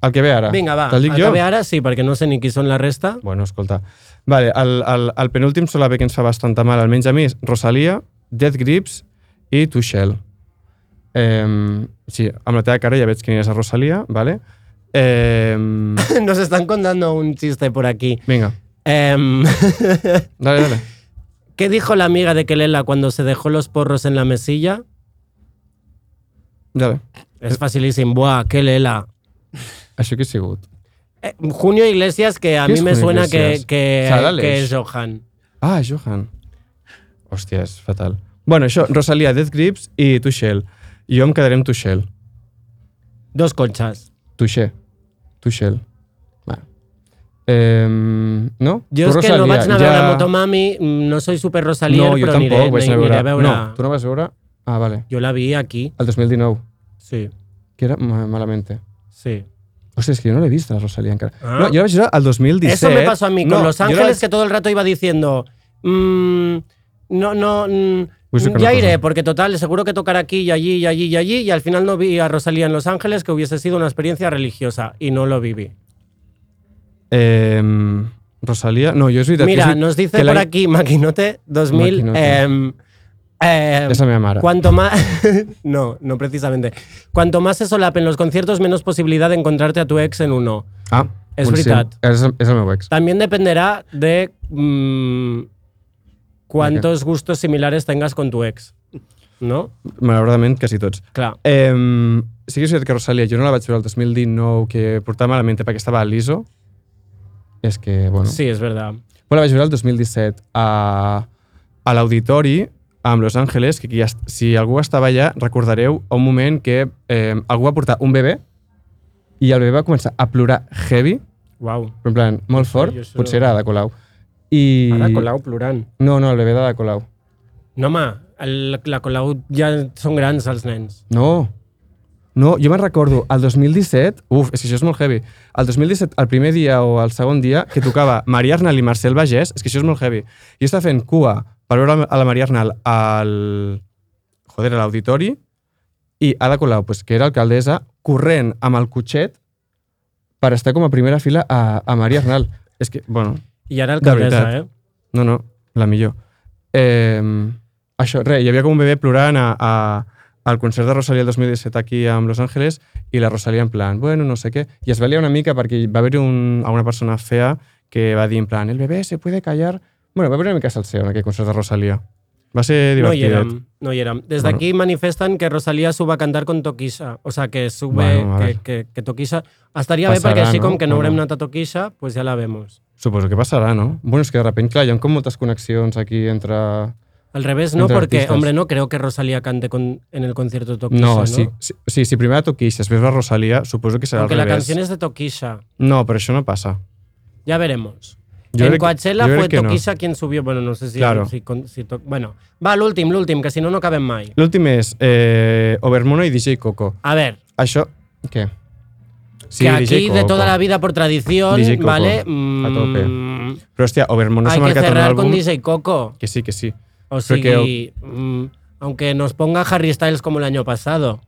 [SPEAKER 4] el que ve ara.
[SPEAKER 3] Vinga, va.
[SPEAKER 4] Ah, Te'l dic jo?
[SPEAKER 3] Acabé ara, sí, perquè no sé ni qui són la resta.
[SPEAKER 4] Bueno, escolta. Vale, el, el, el penúltim sol haver que ens fa bastanta mal, almenys a mi, és Rosalia, Dead Grips i To Shell. Eh, sí, amb la teva cara ja veig quina és la Rosalia, vale? Eh,
[SPEAKER 3] Nos están contando un chiste por aquí.
[SPEAKER 4] vinga,
[SPEAKER 3] Em,
[SPEAKER 4] dale, dale.
[SPEAKER 3] ¿Qué dijo la amiga de Kelela cuando se dejó los porros en la mesilla?
[SPEAKER 4] dale.
[SPEAKER 3] Es facilísimo. Buah, Kelela.
[SPEAKER 4] Això que ha sigut?
[SPEAKER 3] Eh, Junio Iglesias, que a
[SPEAKER 4] ¿Qué
[SPEAKER 3] mí
[SPEAKER 4] es
[SPEAKER 3] me
[SPEAKER 4] Junio
[SPEAKER 3] suena que,
[SPEAKER 4] Iglesias?
[SPEAKER 3] que,
[SPEAKER 4] Sarales.
[SPEAKER 3] que es Johan.
[SPEAKER 4] Ah, Johan. Hòstia, és fatal. Bueno, això, Rosalia, Dead Grips i To Shell. Jo em quedaré amb To Shell.
[SPEAKER 3] Dos conchas.
[SPEAKER 4] To Shell. To Shell. Va. Eh, no?
[SPEAKER 3] Jo
[SPEAKER 4] Tu,
[SPEAKER 3] és que no
[SPEAKER 4] Rosalia,
[SPEAKER 3] vaig anar a veure Motomami, mm, no soy super rosalier,
[SPEAKER 4] no, jo
[SPEAKER 3] però
[SPEAKER 4] tampoc
[SPEAKER 3] aniré,
[SPEAKER 4] vaig anar a
[SPEAKER 3] aniré
[SPEAKER 4] veure.
[SPEAKER 3] a veure.
[SPEAKER 4] No, tu no vas veure? Ah, vale.
[SPEAKER 3] Jo la vi aquí,
[SPEAKER 4] El 2019,
[SPEAKER 3] sí,
[SPEAKER 4] que era ma- malamente.
[SPEAKER 3] sí.
[SPEAKER 4] Hòstia, és que jo no l'he vist, la Rosalía encara.
[SPEAKER 3] Ah.
[SPEAKER 4] No, jo la vaig veure el 2017.
[SPEAKER 3] Eso me pasó a mí con
[SPEAKER 4] No,
[SPEAKER 3] Los
[SPEAKER 4] jo la
[SPEAKER 3] Ángeles,
[SPEAKER 4] vaig-
[SPEAKER 3] que todo el rato iba diciendo, mm, no, no, mm,
[SPEAKER 4] Vull ser Pues que
[SPEAKER 3] ya
[SPEAKER 4] no
[SPEAKER 3] iré,
[SPEAKER 4] pasa.
[SPEAKER 3] porque total, seguro que tocar aquí y allí y allí y allí, y al final no vi a Rosalía en Los Ángeles, que hubiese sido una experiencia religiosa, y no lo viví.
[SPEAKER 4] Eh, Rosalía... No, jo és veritat. que
[SPEAKER 3] Mira,
[SPEAKER 4] és veritat
[SPEAKER 3] nos dice
[SPEAKER 4] que
[SPEAKER 3] por
[SPEAKER 4] l'any-
[SPEAKER 3] aquí Maquinote 2000.
[SPEAKER 4] Maquinote.
[SPEAKER 3] em, em,
[SPEAKER 4] És la meva mare.
[SPEAKER 3] Cuanto más. no, no precisamente. Cuanto más se solapen los conciertos, menos posibilidad de encontrarte a tu ex en uno.
[SPEAKER 4] Ah,
[SPEAKER 3] És
[SPEAKER 4] potser-
[SPEAKER 3] veritat.
[SPEAKER 4] És, és el meu ex.
[SPEAKER 3] También dependerá de mm, cuántos gustos similares tengas con tu ex. ¿No?
[SPEAKER 4] Malauradament, quasi tots.
[SPEAKER 3] Claro.
[SPEAKER 4] Eh, sí que és veritat que Rosalía, jo no la vaig veure el 2019, que portava malament perquè estava a l'ISO. És que, bueno...
[SPEAKER 3] Sí, es verdad.
[SPEAKER 4] Bueno, la vaig veure el 2017 a, a l'Auditori amb Los Angeles, que aquí, ja est- si algú estava allà, recordareu un moment que eh, algú va portar un bebè i el bebè va començar a plorar heavy,
[SPEAKER 3] Wow.
[SPEAKER 4] però en plan, molt fort,
[SPEAKER 3] jo això-
[SPEAKER 4] potser era Ada Colau. I...
[SPEAKER 3] Ahora Colau plural.
[SPEAKER 4] No, no, el bebè d'Ada Colau.
[SPEAKER 3] No, ma, el- la Colau ya son grandes als nens.
[SPEAKER 4] No. No, jo me'n recordo, el 2017, uf, és que això és molt heavy, el 2017, el primer dia o el segon dia, que tocava Maria Arnal i Marcel Bagès, és que això és molt heavy, jo estava fent cua per veure a la Maria Arnal al... joder, a l'auditori, i Ada Colau, pues, que era alcaldessa, corrent amb el cotxet per estar com a primera fila a, a Maria Arnal. És que, bueno,
[SPEAKER 3] Y ahora
[SPEAKER 4] De veritat.
[SPEAKER 3] alcaldesa, ¿eh?
[SPEAKER 4] no, no, la millor. Eh, això, res, hi havia com un bebè plorant a, a, al concert de Rosalía el 2017 aquí a Los Ángeles i la Rosalía en plan, bueno, no sé què. I es va liar una mica perquè va haver-hi un, alguna persona fea que va dir en plan, el bebè se puede callar... Bueno, va haver una mica salseo en aquell concert de Rosalía. Va ser
[SPEAKER 3] No
[SPEAKER 4] divertidet.
[SPEAKER 3] Yeram, no Yeram. Desde
[SPEAKER 4] Bueno.
[SPEAKER 3] aquí manifestan que Rosalía suba a cantar con Toquisa. O sea, que sube,
[SPEAKER 4] Bueno, a
[SPEAKER 3] que,
[SPEAKER 4] ver.
[SPEAKER 3] que, que Toquisa... Estaría bien
[SPEAKER 4] Pasará,
[SPEAKER 3] porque así
[SPEAKER 4] ¿no?
[SPEAKER 3] como que no
[SPEAKER 4] Bueno.
[SPEAKER 3] habrá una Toquisa, pues ya la vemos.
[SPEAKER 4] Suposo que passarà, no? Bueno, és que de repente, clar, hi ha com moltes connexions aquí entre...
[SPEAKER 3] Al revés, no,
[SPEAKER 4] Entre
[SPEAKER 3] porque,
[SPEAKER 4] artistas.
[SPEAKER 3] hombre, no creo que Rosalía cante con, en el concierto de Toquisa,
[SPEAKER 4] No,
[SPEAKER 3] ¿no?
[SPEAKER 4] sí, sí, sí, si primer la toquis, després la Rosalía, suposo que serà
[SPEAKER 3] Aunque
[SPEAKER 4] al
[SPEAKER 3] la
[SPEAKER 4] revés.
[SPEAKER 3] canción es de Toquisa.
[SPEAKER 4] No, però això no passa.
[SPEAKER 3] Ya veremos.
[SPEAKER 4] Yo
[SPEAKER 3] en
[SPEAKER 4] creo que-
[SPEAKER 3] Coachella
[SPEAKER 4] yo creo
[SPEAKER 3] fue
[SPEAKER 4] que no.
[SPEAKER 3] Toquisa quien subió. Bueno, no sé si...
[SPEAKER 4] Claro.
[SPEAKER 3] si con- si to- bueno, va, el último, el último, que si no, no caben más.
[SPEAKER 4] L'últim és eh, Overmono i DJ Coco.
[SPEAKER 3] A ver,
[SPEAKER 4] Això, què? Sí,
[SPEAKER 3] que aquí de toda la vida por tradición,
[SPEAKER 4] DJ Coco,
[SPEAKER 3] ¿vale? Mm,
[SPEAKER 4] a
[SPEAKER 3] tope.
[SPEAKER 4] Però, hòstia, Overmono s'ha
[SPEAKER 3] hay que
[SPEAKER 4] marcat un
[SPEAKER 3] cerrar
[SPEAKER 4] àlbum...
[SPEAKER 3] con DJ Coco.
[SPEAKER 4] Que sí, que sí.
[SPEAKER 3] O
[SPEAKER 4] Creo
[SPEAKER 3] sigui, mm, aunque nos ponga Harry Styles como el año pasado.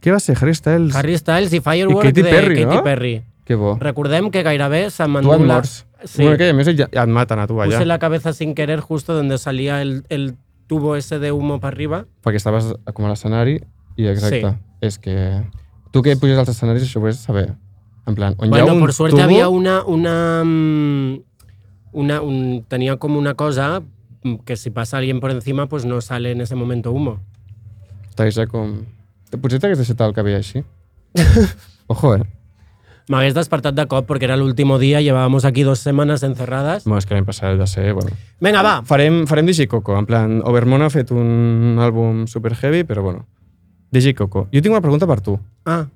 [SPEAKER 4] Què va ser? Harry Styles?
[SPEAKER 3] Harry Styles i Firework
[SPEAKER 4] I Katy
[SPEAKER 3] de
[SPEAKER 4] Perry,
[SPEAKER 3] Katy
[SPEAKER 4] no?
[SPEAKER 3] Perry.
[SPEAKER 4] Que bo.
[SPEAKER 3] Recordem que gairebé se'n
[SPEAKER 4] Tu et
[SPEAKER 3] mandula...
[SPEAKER 4] mors.
[SPEAKER 3] Sí.
[SPEAKER 4] Bueno, que a més ja, ja et maten a tu allà,
[SPEAKER 3] Puse la cabeza sin querer justo donde salía el, el tubo ese de humo para arriba.
[SPEAKER 4] perquè estaves com a l'escenari i exacte.
[SPEAKER 3] Sí.
[SPEAKER 4] És que... Tu que puges als escenaris això ho vés saber. En plan, on hi ha
[SPEAKER 3] bueno,
[SPEAKER 4] un
[SPEAKER 3] por suerte
[SPEAKER 4] tubo...
[SPEAKER 3] había una... una, mm, una un- tenía como una cosa mm, que si pasa alguien por encima pues no sale en ese momento humo.
[SPEAKER 4] Estàs ja com... Potser t'hagués deixat el cabell així. Ojo, eh?
[SPEAKER 3] M'hagués despertat de cop porque era el último día, llevábamos aquí dos semanas encerradas.
[SPEAKER 4] Bueno, és que l'any passat va ser... Bueno.
[SPEAKER 3] Venga, va,
[SPEAKER 4] Farem, farem DJ Coco, en plan, Overmono ha fet un àlbum super heavy, però bueno. DJ Coco, jo tinc una pregunta per tu.
[SPEAKER 3] Ah,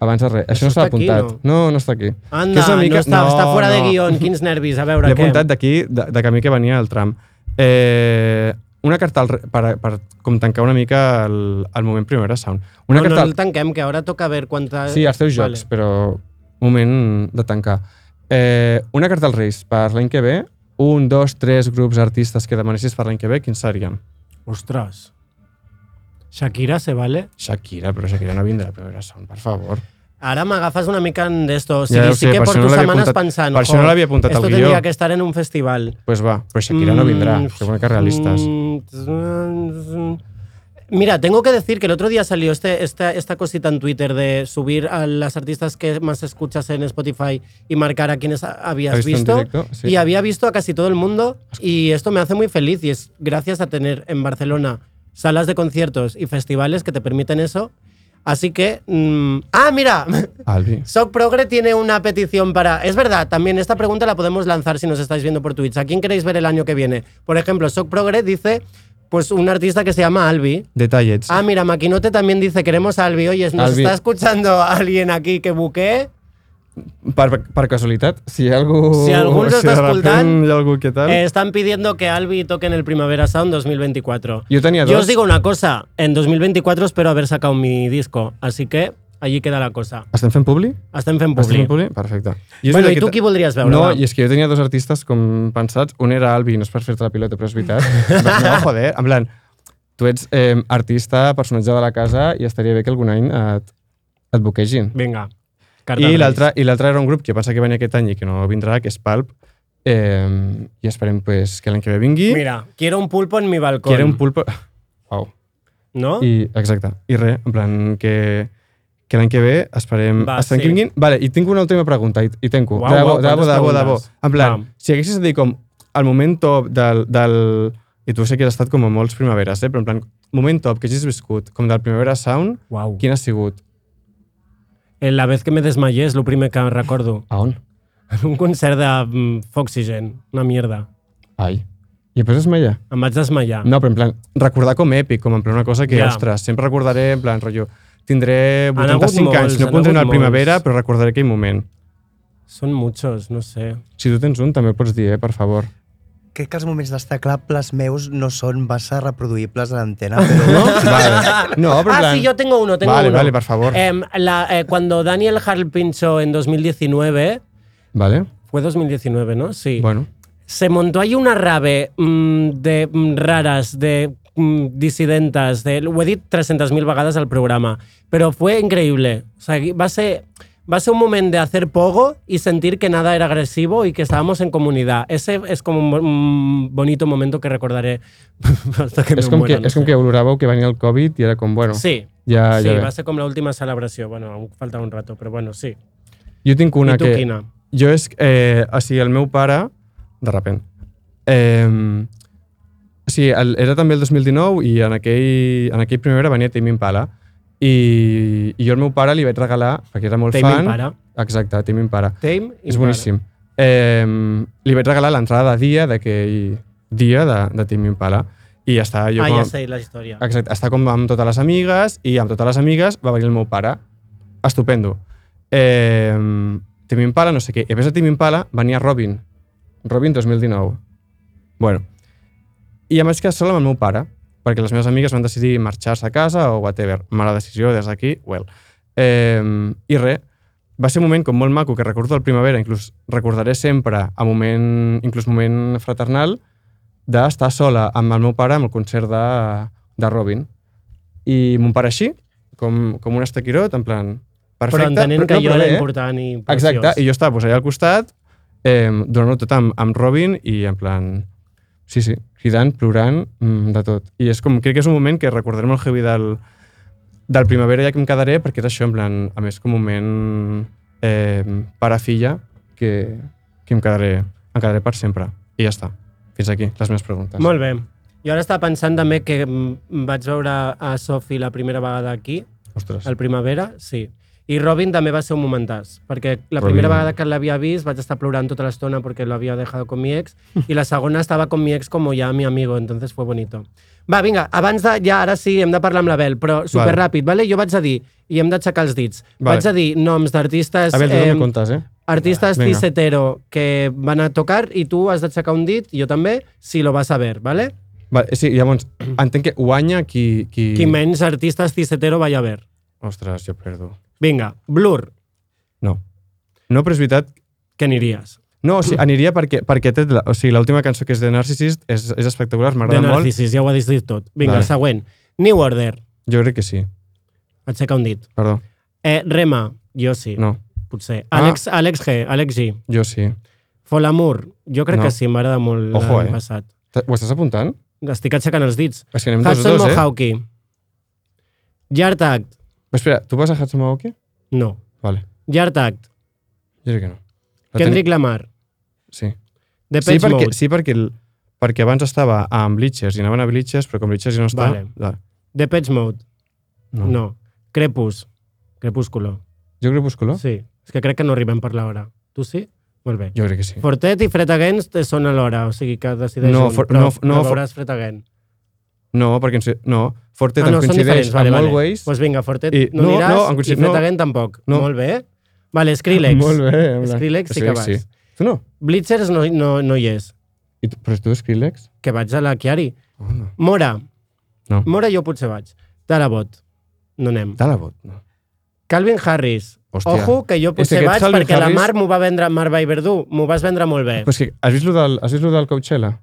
[SPEAKER 4] Abans de res. Això, no
[SPEAKER 3] està
[SPEAKER 4] està
[SPEAKER 3] aquí,
[SPEAKER 4] apuntat. no? no, està aquí.
[SPEAKER 3] Anda,
[SPEAKER 4] una
[SPEAKER 3] no està, està fora de guion, quins nervis, a veure
[SPEAKER 4] L'he
[SPEAKER 3] què.
[SPEAKER 4] apuntat d'aquí, de, de camí que venia el tram. Eh, una carta al, re- per, per com tancar una mica el, el moment Primavera Sound.
[SPEAKER 3] no,
[SPEAKER 4] Una
[SPEAKER 3] no,
[SPEAKER 4] carta
[SPEAKER 3] el tanquem, que ara toca ver quanta...
[SPEAKER 4] Sí, els teus jocs, però moment de tancar. Eh, una carta als Reis per l'any que ve, un, dos, tres grups artistes que demanessis per l'any que ve, quins serien?
[SPEAKER 3] Ostres. Shakira se vale?
[SPEAKER 4] Shakira, però Shakira no vindrà a primera sound, per favor.
[SPEAKER 3] Ara m'agafes una mica en d'esto. O sigui,
[SPEAKER 4] Ja ho
[SPEAKER 3] sí
[SPEAKER 4] sé,
[SPEAKER 3] que
[SPEAKER 4] per això
[SPEAKER 3] porto
[SPEAKER 4] no l'havia
[SPEAKER 3] setmanes
[SPEAKER 4] apuntat-
[SPEAKER 3] pensant.
[SPEAKER 4] per això no
[SPEAKER 3] "Jo,
[SPEAKER 4] l'havia apuntat al
[SPEAKER 3] esto
[SPEAKER 4] guió."
[SPEAKER 3] tendría que estar en un festival.
[SPEAKER 4] Pues va, però Shakira no vindrà,
[SPEAKER 3] Mm,
[SPEAKER 4] segons que realistes.
[SPEAKER 3] mm, Mira, tengo que decir que el otro día salió este, esta, esta cosita en Twitter de subir a las artistas que más escuchas en Spotify y marcar a quienes a- habías
[SPEAKER 4] ¿Has visto
[SPEAKER 3] visto.
[SPEAKER 4] en directo? Sí.
[SPEAKER 3] Y había visto a casi todo el mundo y esto me hace muy feliz y es gracias a tener en Barcelona salas de conciertos y festivales que te permiten eso. Así que... mm, ah, mira,
[SPEAKER 4] Albi.
[SPEAKER 3] Soc Progre tiene una petición para. Es verdad, también esta pregunta la podemos lanzar si nos estáis viendo por Twitch. ¿A quién queréis ver el año que viene? Por ejemplo, Soc Progre dice, pues un artista que se llama Albi.
[SPEAKER 4] Detallets.
[SPEAKER 3] Ah, mira, Maquinote también dice, queremos a Albi. Oye, ¿nos
[SPEAKER 4] Albi.
[SPEAKER 3] está escuchando alguien aquí que buquee?
[SPEAKER 4] Per, per casualitat, si hi ha algú...
[SPEAKER 3] Si algú ens està
[SPEAKER 4] de repent
[SPEAKER 3] escoltant,
[SPEAKER 4] Hi ha algú que tal...
[SPEAKER 3] Eh, están pidiendo que Albi toque en el Primavera Sound 2024.
[SPEAKER 4] Jo tenia dos.
[SPEAKER 3] Yo os digo una cosa, en 2024 espero haber sacado mi disco, así que allí queda la cosa.
[SPEAKER 4] Estem fent publi?
[SPEAKER 3] Hasta en
[SPEAKER 4] Estem
[SPEAKER 3] Fempubli.
[SPEAKER 4] fent publi? Perfecte. Jo és
[SPEAKER 3] Bueno,
[SPEAKER 4] veritat
[SPEAKER 3] ¿y
[SPEAKER 4] que
[SPEAKER 3] tú
[SPEAKER 4] ta-
[SPEAKER 3] qué podrías ver?
[SPEAKER 4] No, i és que jo tenia dos artistes com pensats. Un era Albi, no és per fer-te la pilota, però és veritat. no, joder, en plan, tu ets eh, artista, personatge de la casa, i estaria bé que algun any et, et buquegin.
[SPEAKER 3] Venga. Carta
[SPEAKER 4] I
[SPEAKER 3] Reis.
[SPEAKER 4] l'altre i l'altre era un grup que pensa que venia aquest any i que no vindrà, que és Palp, eh, i esperem pues, que l'any que ve vingui.
[SPEAKER 3] Mira, quiero un pulpo en mi balcón.
[SPEAKER 4] que era un pulpo... Au.
[SPEAKER 3] ¿No?
[SPEAKER 4] I, exacte. I res, en plan, que, que l'any que ve esperem...
[SPEAKER 3] Va,
[SPEAKER 4] Va, esperem
[SPEAKER 3] sí.
[SPEAKER 4] que vinguin. Vale, i tinc una última pregunta, i, i tenco.
[SPEAKER 3] Uau,
[SPEAKER 4] de debò,
[SPEAKER 3] uau,
[SPEAKER 4] de debò,
[SPEAKER 3] quantes
[SPEAKER 4] de debò, de debò.
[SPEAKER 3] preguntes.
[SPEAKER 4] En plan,
[SPEAKER 3] Va.
[SPEAKER 4] si haguessis de dir com el moment top del... del I tu sé que has estat com a molts primaveres, eh? però en plan, moment top que hagis viscut, com del Primavera Sound,
[SPEAKER 3] Uau.
[SPEAKER 4] quin ha sigut?
[SPEAKER 3] Eh, La vez que me desmayé és el primer que recordo.
[SPEAKER 4] A on?
[SPEAKER 3] Un concert de mm, Foxygen, una mierda.
[SPEAKER 4] Ai. I després és mella?
[SPEAKER 3] Em vaig desmallar.
[SPEAKER 4] No, però en plan, recordar com èpic, com en plan una cosa que,
[SPEAKER 3] Ja.
[SPEAKER 4] ja. ostres, sempre recordaré, en plan, rotllo, tindré
[SPEAKER 3] Han hagut
[SPEAKER 4] 85 anys,
[SPEAKER 3] molts,
[SPEAKER 4] no
[SPEAKER 3] han
[SPEAKER 4] podré anar
[SPEAKER 3] hagut
[SPEAKER 4] al Primavera,
[SPEAKER 3] molts.
[SPEAKER 4] però recordaré aquell moment.
[SPEAKER 3] Són muchos, no sé.
[SPEAKER 4] Si tu tens un, també el pots dir, eh, per favor.
[SPEAKER 5] Crec que els moments destacables meus no són massa reproduïbles a l'antena, però...
[SPEAKER 4] No? Vale. No, però en
[SPEAKER 3] Ah,
[SPEAKER 4] plan...
[SPEAKER 3] sí, yo tengo uno, tengo
[SPEAKER 4] vale,
[SPEAKER 3] uno.
[SPEAKER 4] Vale, por favor.
[SPEAKER 3] Em, la, eh, cuando Daniel Harl pinchó en 2019,
[SPEAKER 4] vale,
[SPEAKER 3] fue 2019, ¿no? Sí.
[SPEAKER 4] bueno.
[SPEAKER 3] Se montó ahí una rave mm, de mm, raras, de mm, disidentes, de, ho he dit 300.000 vegades al programa, però fue increíble. O sea, va ser, va ser un moment de hacer pogo y sentir que nada era agresivo y que estábamos en comunidad. Ese es como un, bo- un bonito momento que recordaré hasta que
[SPEAKER 4] Es
[SPEAKER 3] me
[SPEAKER 4] com que,
[SPEAKER 3] muera, no
[SPEAKER 4] és com
[SPEAKER 3] sé.
[SPEAKER 4] que Ah, oloràveu que venia el Covid i era com, bueno,
[SPEAKER 3] Sí,
[SPEAKER 4] ja,
[SPEAKER 3] sí,
[SPEAKER 4] ja
[SPEAKER 3] va
[SPEAKER 4] ve.
[SPEAKER 3] ser com l'última celebració. Bueno, aún falta un rato, però bueno, sí.
[SPEAKER 4] Jo tinc una
[SPEAKER 3] I tu,
[SPEAKER 4] que...
[SPEAKER 3] quina?
[SPEAKER 4] Jo és... Eh, o sigui, el meu pare, de repent, eh, o sigui, el, era també el 2019 i en aquell, en aquell primavera venia Tame Impala i, i jo al meu pare li vaig regalar, perquè era molt
[SPEAKER 3] Tame
[SPEAKER 4] fan...
[SPEAKER 3] Impala.
[SPEAKER 4] Exacte, Tame Impala.
[SPEAKER 3] Tame
[SPEAKER 4] És boníssim. Eh, li vaig regalar l'entrada de dia d'aquell dia de, de Tim Impala i ja està, jo
[SPEAKER 3] Ah,
[SPEAKER 4] com a-
[SPEAKER 3] ja sé la història.
[SPEAKER 4] exacte, està com amb totes les amigues i amb totes les amigues va venir el meu pare. Estupendo. Eh, Tim Impala, no sé què. I a més de Tim Impala venia Robin. Robin 2019. Bueno. I em vaig quedar sola amb el meu pare, perquè les meves amigues van decidir marxar-se a casa o whatever. Mala decisió des d'aquí, well. Eh, I res, va ser un moment com molt maco que recordo el primavera, inclús recordaré sempre a moment, inclús moment fraternal, d'estar sola amb el meu pare amb el concert de, de Robin. I mon pare així, com, com un estaquirot, en plan...
[SPEAKER 3] Perfecte,
[SPEAKER 4] Perfecte,
[SPEAKER 3] però entenent que
[SPEAKER 4] no,
[SPEAKER 3] jo era
[SPEAKER 4] bé, eh?
[SPEAKER 3] important i preciós.
[SPEAKER 4] Exacte, i jo estava pues, allà al costat, eh, donant-ho tot amb, amb Robin i en plan... Sí, sí, cridant, plorant, mm, de tot. I és com, crec que és un moment que recordaré molt heavy del, del primavera ja que em quedaré, perquè és això, en plan, a més, com un moment eh, pare-filla que, que em, quedaré, em quedaré per sempre. I ja està. Fins aquí, les meves preguntes.
[SPEAKER 3] Molt bé. Jo ara estava pensant també que mm, vaig veure a Sofi la primera vegada aquí,
[SPEAKER 4] Ostres.
[SPEAKER 3] al Primavera, sí. I Robin també va ser un momentàs, perquè la
[SPEAKER 4] Robin.
[SPEAKER 3] primera vegada que l'havia vist vaig estar plorant tota l'estona perquè lo havia dejado con mi ex, i la segona estava con mi ex como ya mi amigo, entonces fue bonito. Va, vinga, abans de, ja, ara sí, hem de parlar amb la Bel, però superràpid, vale. jo vaig a dir, i hem d'aixecar els dits,
[SPEAKER 4] Vale.
[SPEAKER 3] vaig a dir noms d'artistes...
[SPEAKER 4] A veure, tu no
[SPEAKER 3] em,
[SPEAKER 4] em comptes, eh?
[SPEAKER 3] Artistas
[SPEAKER 4] Venga.
[SPEAKER 3] tisetero que van a tocar y tú has de sacar un dit, yo también, si lo vas a ver, ¿vale?
[SPEAKER 4] Va, sí, llavors, entenc que guanya qui... qui...
[SPEAKER 3] Qui menys artistas tisetero vaya a ver.
[SPEAKER 4] Ostres, jo perdo.
[SPEAKER 3] Vinga, Blur,
[SPEAKER 4] No. No, però és veritat...
[SPEAKER 3] que n'iries?
[SPEAKER 4] No, o sigui, aniria perquè, perquè té la, o sigui, l'última cançó que és de Narcissist és, és espectacular,
[SPEAKER 3] De
[SPEAKER 4] m'agrada molt.
[SPEAKER 3] Narcissis, ja ho ha dit tot. Vinga, el
[SPEAKER 4] Vale.
[SPEAKER 3] següent. New Order,
[SPEAKER 4] Jo crec que sí.
[SPEAKER 3] aixeca un dit.
[SPEAKER 4] Perdó.
[SPEAKER 3] Eh, Rema, jo sí,
[SPEAKER 4] No,
[SPEAKER 3] potser.
[SPEAKER 4] Ah.
[SPEAKER 3] Àlex, Àlex G, Àlex G.
[SPEAKER 4] jo sí.
[SPEAKER 3] Folamur, jo crec
[SPEAKER 4] No.
[SPEAKER 3] que sí, m'agrada molt
[SPEAKER 4] Ojo,
[SPEAKER 3] l'any
[SPEAKER 4] eh.
[SPEAKER 3] passat.
[SPEAKER 4] T- Ho estàs apuntant?
[SPEAKER 3] Estic aixecant els dits.
[SPEAKER 4] És que anem dos a
[SPEAKER 3] Hudson
[SPEAKER 4] dos, eh?
[SPEAKER 3] Mohawki. Yard Act,
[SPEAKER 4] Però espera, tu vas a Hudson Mohawk?
[SPEAKER 3] no.
[SPEAKER 4] Vale.
[SPEAKER 3] Yard Act,
[SPEAKER 4] Jo crec que no. La
[SPEAKER 3] Kendrick Lamar,
[SPEAKER 4] Ten... Sí.
[SPEAKER 3] The
[SPEAKER 4] Sí
[SPEAKER 3] Page
[SPEAKER 4] perquè,
[SPEAKER 3] Mode.
[SPEAKER 4] sí, perquè, el, perquè abans estava amb Bleachers i anaven a Bleachers, però com Bleachers ja no està...
[SPEAKER 3] Vale.
[SPEAKER 4] Vale.
[SPEAKER 3] The Patch Mode.
[SPEAKER 4] No.
[SPEAKER 3] No. no. Crepus. Crepúsculo.
[SPEAKER 4] Jo Crepúsculo? Sí.
[SPEAKER 3] Sí. És que crec que no arribem per l'hora. Tu sí? Molt bé.
[SPEAKER 4] Jo crec que sí.
[SPEAKER 3] Fortet i Fred Against són a l'hora, o sigui que decideix
[SPEAKER 4] No,
[SPEAKER 3] un,
[SPEAKER 4] for-
[SPEAKER 3] però
[SPEAKER 4] no, no,
[SPEAKER 3] la
[SPEAKER 4] for-
[SPEAKER 3] veuràs Fred Against.
[SPEAKER 4] No, perquè... ens- No, Fortet
[SPEAKER 3] ah, no,
[SPEAKER 4] em
[SPEAKER 3] són
[SPEAKER 4] coincideix
[SPEAKER 3] diferents, vale,
[SPEAKER 4] amb
[SPEAKER 3] vale.
[SPEAKER 4] Always.
[SPEAKER 3] pues vinga, Fortet
[SPEAKER 4] i-
[SPEAKER 3] no,
[SPEAKER 4] no,
[SPEAKER 3] aniràs
[SPEAKER 4] no, em
[SPEAKER 3] i
[SPEAKER 4] coincideix-
[SPEAKER 3] Fred
[SPEAKER 4] no.
[SPEAKER 3] Against tampoc.
[SPEAKER 4] No.
[SPEAKER 3] Molt bé. Vale, Skrillex.
[SPEAKER 4] Molt bé. em sembla.
[SPEAKER 3] Skrillex sí que vas.
[SPEAKER 4] Tu no?
[SPEAKER 3] Blitzers no, no, no hi és,
[SPEAKER 4] I tu, però tu Skrillex?
[SPEAKER 3] que vaig a la Chiari.
[SPEAKER 4] Oh, no.
[SPEAKER 3] Mora.
[SPEAKER 4] No.
[SPEAKER 3] Mora jo potser vaig. Tarabot. No anem.
[SPEAKER 4] Talabot? No.
[SPEAKER 3] Calvin Harris.
[SPEAKER 4] Hòstia.
[SPEAKER 3] Ojo, que jo
[SPEAKER 4] És
[SPEAKER 3] potser
[SPEAKER 4] que aquest
[SPEAKER 3] vaig
[SPEAKER 4] Calvin
[SPEAKER 3] perquè
[SPEAKER 4] Harris- Pues-
[SPEAKER 3] la Mar m'ho va vendre, Mar Verdú, m'ho vas vendre molt bé.
[SPEAKER 4] Però és que has vist lo del, has vist lo del Coachella?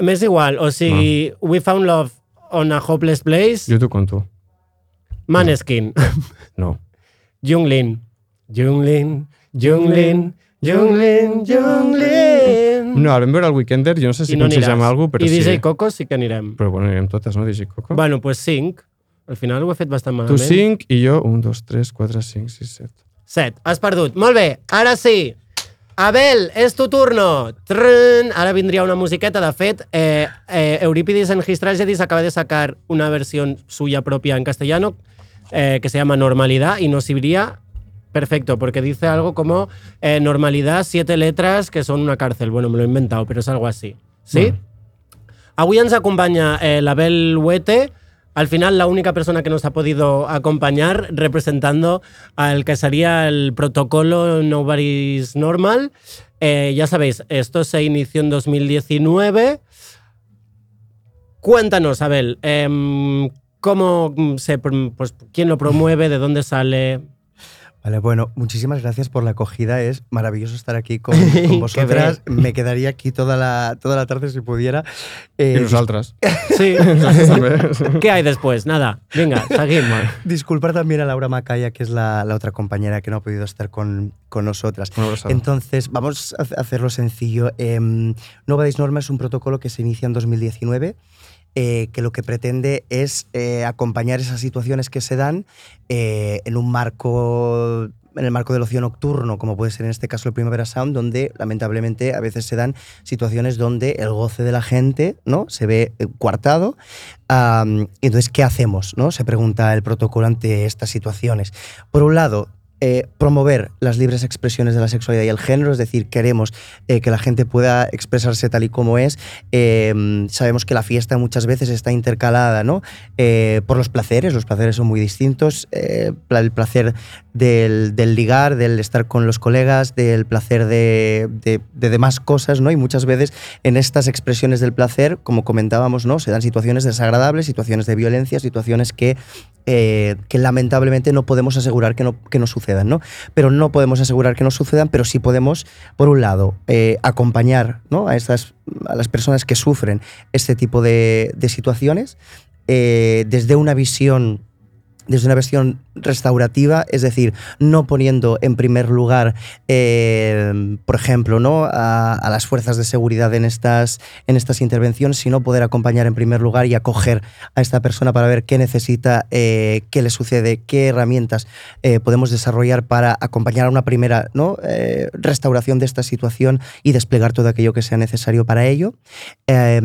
[SPEAKER 3] M'és igual, o sigui, We Found Love on a Hopeless Place,
[SPEAKER 4] Jo t'ho conto.
[SPEAKER 3] Maneskin,
[SPEAKER 4] No.
[SPEAKER 3] Junglin, Junglin, Junglin, Junglin, Junglin...
[SPEAKER 4] No, el vam veure el Weekender, jo no sé si
[SPEAKER 3] aniràs.
[SPEAKER 4] coincideix amb alguna cosa, però
[SPEAKER 3] I
[SPEAKER 4] sí.
[SPEAKER 3] DJ Coco sí que anirem.
[SPEAKER 4] Però bueno, anirem totes, no, DJ Coco?
[SPEAKER 3] Bueno, doncs pues 5. Al final ho he fet bastant
[SPEAKER 4] tu
[SPEAKER 3] malament.
[SPEAKER 4] 5 i jo 1, 2, 3, 4, 5, 6, 7.
[SPEAKER 3] 7. Has perdut. Molt bé, ara sí. Abel, és tu turno. Trrn. Ara vindria una musiqueta. De fet, eh, eh, Eurípides en His Tragedies acaba de sacar una versión suya propia en castellano eh, que se llama Normalidad y nos iría perfecto porque dice algo como eh, Normalidad, siete letras que son una cárcel. Bueno, me lo he inventado, pero es algo así. ¿Sí?
[SPEAKER 4] Vale.
[SPEAKER 3] Avui ens acompanya eh, l'Abel Huete, al final la única persona que nos ha podido acompañar representando al que sería el protocolo Nobody's Normal. Eh, ya sabéis, esto se inició en 2019. Cuéntanos, Abel, em, ¿cómo se, prom- pues, quién lo promueve, de dónde sale?
[SPEAKER 5] Vale, bueno, muchísimas gracias por la acogida. Es maravilloso estar aquí con, con
[SPEAKER 3] Qué
[SPEAKER 5] vosotras. Me quedaría aquí toda la, toda la tarde si pudiera.
[SPEAKER 4] I
[SPEAKER 5] Eh,
[SPEAKER 4] nosaltres.
[SPEAKER 3] Sí.
[SPEAKER 4] També.
[SPEAKER 3] ¿Qué hay después? Nada. Venga, seguimos.
[SPEAKER 5] disculpar también a Laura Macaya, que es la, la otra compañera que no ha podido estar con, con nosotras.
[SPEAKER 4] Una abraçada.
[SPEAKER 5] Entonces, vamos a hac- hacerlo sencillo. Eh, Novedades Norma es un protocolo que se inicia en 2019. eh, que lo que pretende es eh, acompañar esas situaciones que se dan eh, en un marco en el marco del ocio nocturno, como puede ser en este caso el Primavera Sound, donde lamentablemente a veces se dan situaciones donde el goce de la gente ¿no? se ve eh, coartado. Am, y entonces, ¿qué hacemos? ¿no? Se pregunta el protocolo ante estas situaciones. Por un lado, eh, promover las libres expresiones de la sexualidad y el género, es decir, queremos eh, que la gente pueda expresarse tal y como es. Eh, sabemos que la fiesta muchas veces está intercalada ¿no? Eh, por los placeres, los placeres son muy distintos. eh, pla- el placer del, del ligar, del estar con los colegas, del placer de, de- de demás cosas, ¿no? Y muchas veces en estas expresiones del placer, como comentábamos, ¿no? Se dan situaciones desagradables, situaciones de violencia, situaciones que eh, que lamentablemente no podemos asegurar que no, que no sucedan, ¿no? Pero no podemos asegurar que no sucedan, pero sí podemos, por un lado, eh, acompañar ¿no? a, estas, a las personas que sufren este tipo de, de situaciones eh, desde una visión desde una visión restaurativa, es decir, no poniendo en primer lugar, eh, por ejemplo, ¿no? a, a las fuerzas de seguridad en estas, en estas intervenciones, sino poder acompañar en primer lugar y acoger a esta persona para ver qué necesita, eh, qué le sucede, qué herramientas eh, podemos desarrollar para acompañar a una primera ¿no? eh, restauración de esta situación y desplegar todo aquello que sea necesario para ello. Eh,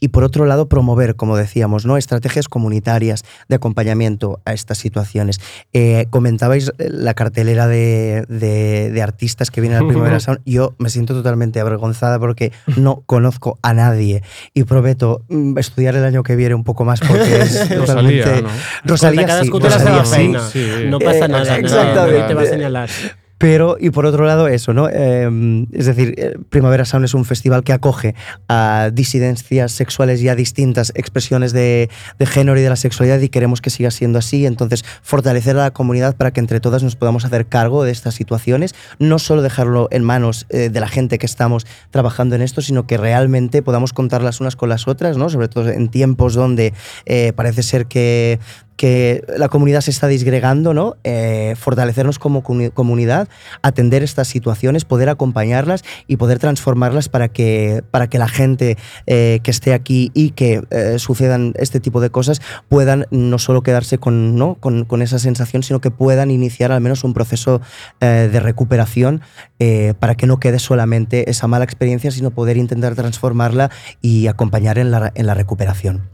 [SPEAKER 5] y por otro lado, promover, como decíamos, ¿no? estrategias comunitarias de acompañamiento a estas situaciones. canciones. Eh, comentabais la cartelera de, de- de artistas que vienen al Primavera Sound. Yo me siento totalmente avergonzada porque no conozco a nadie y prometo mm, estudiar el año que viene un poco más porque es totalmente...
[SPEAKER 4] Rosalía, ¿no?
[SPEAKER 5] Rosalía
[SPEAKER 3] cada
[SPEAKER 5] sí,
[SPEAKER 3] escudo le hace
[SPEAKER 5] Rosalía
[SPEAKER 3] la
[SPEAKER 5] sí.
[SPEAKER 3] pena.
[SPEAKER 4] Sí, sí.
[SPEAKER 3] No pasa
[SPEAKER 5] Eh,
[SPEAKER 3] nada, no,
[SPEAKER 5] exactamente.
[SPEAKER 3] nadie te va a señalar.
[SPEAKER 5] Pero, y por otro lado, eso, ¿no? Eh, es decir, eh, Primavera Sound es un festival que acoge a disidencias sexuales y a distintas expresiones de, de género y de la sexualidad y queremos que siga siendo así. Entonces, fortalecer a la comunidad para que entre todas nos podamos hacer cargo de estas situaciones, no solo dejarlo en manos eh, de la gente que estamos trabajando en esto, sino que realmente podamos contar las unas con las otras, ¿no? Sobre todo en tiempos donde eh, parece ser que que la comunidad se está disgregando, ¿no? Eh, fortalecernos como comuni- comunidad, atender estas situaciones, poder acompañarlas y poder transformarlas para que, para que la gente eh, que esté aquí y que eh, sucedan este tipo de cosas puedan no solo quedarse con, ¿no? con, con esa sensación, sino que puedan iniciar al menos un proceso eh, de recuperación eh, para que no quede solamente esa mala experiencia, sino poder intentar transformarla y acompañar en la, en la recuperación.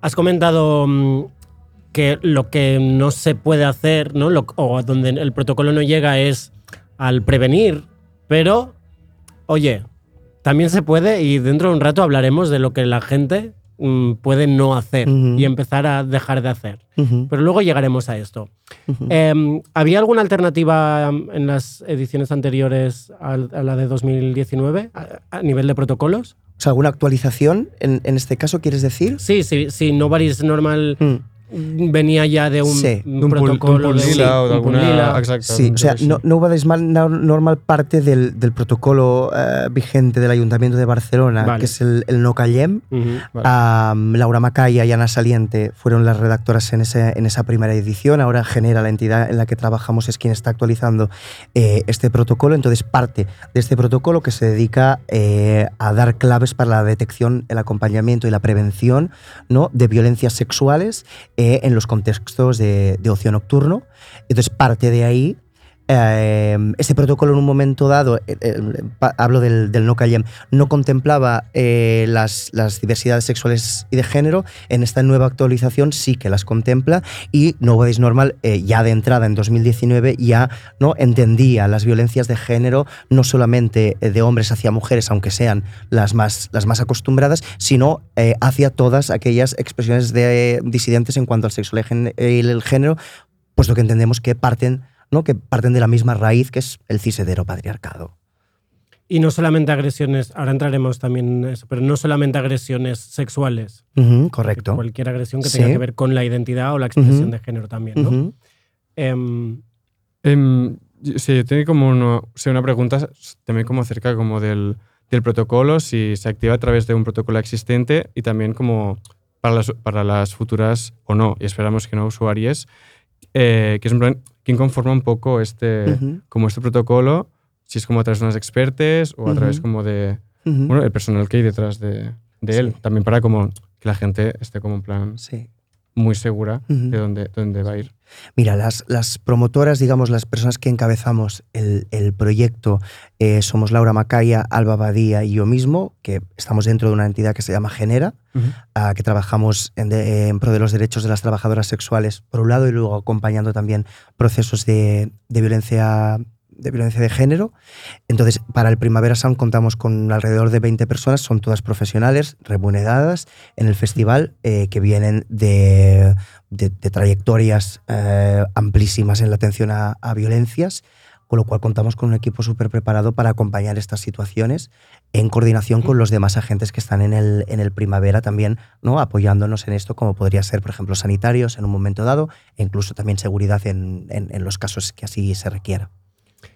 [SPEAKER 3] Has comentado mm, que lo que no se puede hacer, ¿no? Lo- o a donde el protocolo no llega es al prevenir, pero oye, también se puede y dentro de un rato hablaremos de lo que la gente mm, puede no hacer
[SPEAKER 5] Ujú.
[SPEAKER 3] y empezar a dejar de hacer.
[SPEAKER 5] Ujú,
[SPEAKER 3] Pero luego llegaremos a esto.
[SPEAKER 5] ujú.
[SPEAKER 3] Eh, ¿Había alguna alternativa mm, en las ediciones anteriores al- a la de 2019 a- a nivel de protocolos?
[SPEAKER 5] O sea, ¿alguna actualización en, en este caso quieres decir?
[SPEAKER 3] Sí, sí, sí, Nobody's Normal
[SPEAKER 5] Mm,
[SPEAKER 3] venía ya de un,
[SPEAKER 5] Sí.
[SPEAKER 3] un
[SPEAKER 4] D'un pul-
[SPEAKER 3] protocolo
[SPEAKER 4] d'un
[SPEAKER 3] de
[SPEAKER 4] pulsila
[SPEAKER 3] un-
[SPEAKER 4] o
[SPEAKER 3] un
[SPEAKER 4] d'alguna...
[SPEAKER 3] pulila.
[SPEAKER 4] Exacte.
[SPEAKER 5] Sí, o
[SPEAKER 4] d'alguna
[SPEAKER 5] sea,
[SPEAKER 4] cosa
[SPEAKER 5] no,
[SPEAKER 4] així.
[SPEAKER 5] no va desmal no- normal parte del, del protocolo eh, vigente del Ayuntamiento de Barcelona,
[SPEAKER 3] Vale.
[SPEAKER 5] que es el, el no callem.
[SPEAKER 3] Ujú.
[SPEAKER 4] Vale.
[SPEAKER 5] Am, mm, Laura Macaya y Ana Saliente fueron las redactoras en, ese- en esa primera edición. Ahora Genera, la entidad en la que trabajamos, es quien está actualizando eh, este protocolo. Entonces, parte de este protocolo que se dedica eh, a dar claves para la detección, el acompañamiento y la prevención ¿no? de violencias sexuales eh, en los contextos de, de ocio nocturno. Entonces, parte de ahí. eh, este protocolo en un momento dado, eh, eh, pa- hablo del, del no callem, no contemplaba eh, las, las diversidades sexuales y de género. En esta nueva actualización sí que las contempla y Nobody's Normal eh, ya de entrada en 2019 ya no entendía las violencias de género no solamente eh, de hombres hacia mujeres, aunque sean las más, las más acostumbradas, sino eh, hacia todas aquellas expresiones de eh, disidentes en cuanto al sexo y el gen- y el género, puesto que entendemos que parten, ¿no? que parten de la misma raíz que es el cisedero patriarcado.
[SPEAKER 3] Y no solamente agresiones, ahora entraremos también en eso, pero no solamente agresiones sexuales,
[SPEAKER 5] Ujú,
[SPEAKER 3] que
[SPEAKER 5] correcto.
[SPEAKER 3] cualquier agresión que tenga
[SPEAKER 5] Sí.
[SPEAKER 3] que ver con la identidad o la expresión de género también, ¿no?
[SPEAKER 5] Ujú.
[SPEAKER 3] Em,
[SPEAKER 4] Em, yo- sí, yo tenía como una, o sea, una pregunta s- también como acerca como del, del protocolo, si se activa a través de un protocolo existente y también como para las, para las futuras o no, y esperamos que no usuarias, eh, que es en plan, ¿quién conforma un poco este,
[SPEAKER 5] Ujú,
[SPEAKER 4] como este protocolo? Si es como a través de unas expertes o a través
[SPEAKER 5] Ujú.
[SPEAKER 4] como de,
[SPEAKER 5] ujú.
[SPEAKER 4] bueno, eh, el personal que hay detrás de, de él, también para como que la gente esté como en plan
[SPEAKER 5] Sí.
[SPEAKER 4] muy segura
[SPEAKER 5] Ujú.
[SPEAKER 4] de dónde, dónde va a ir.
[SPEAKER 5] Mira, las, las promotoras, digamos, las personas que encabezamos el, el proyecto eh, somos Laura Macaya, Alba Badía y yo mismo, que estamos dentro de una entidad que se llama Genera, ah, que trabajamos en, de- en pro de los derechos de las trabajadoras sexuales, por un lado, y luego acompañando también procesos de, de violencia de violencia de género. Entonces, para el Primavera Sound contamos con alrededor de 20 personas, son todas profesionales, remuneradas en el festival, eh, que vienen de, de- de trayectorias eh, amplísimas en la atención a, a violencias, con lo cual contamos con un equipo súper preparado para acompañar estas situaciones en coordinación con los demás agentes que están en el, en el Primavera también, ¿no? apoyándonos en esto, como podría ser, por ejemplo, sanitarios en un momento dado, e incluso también seguridad en, en- en los casos que así se requiera.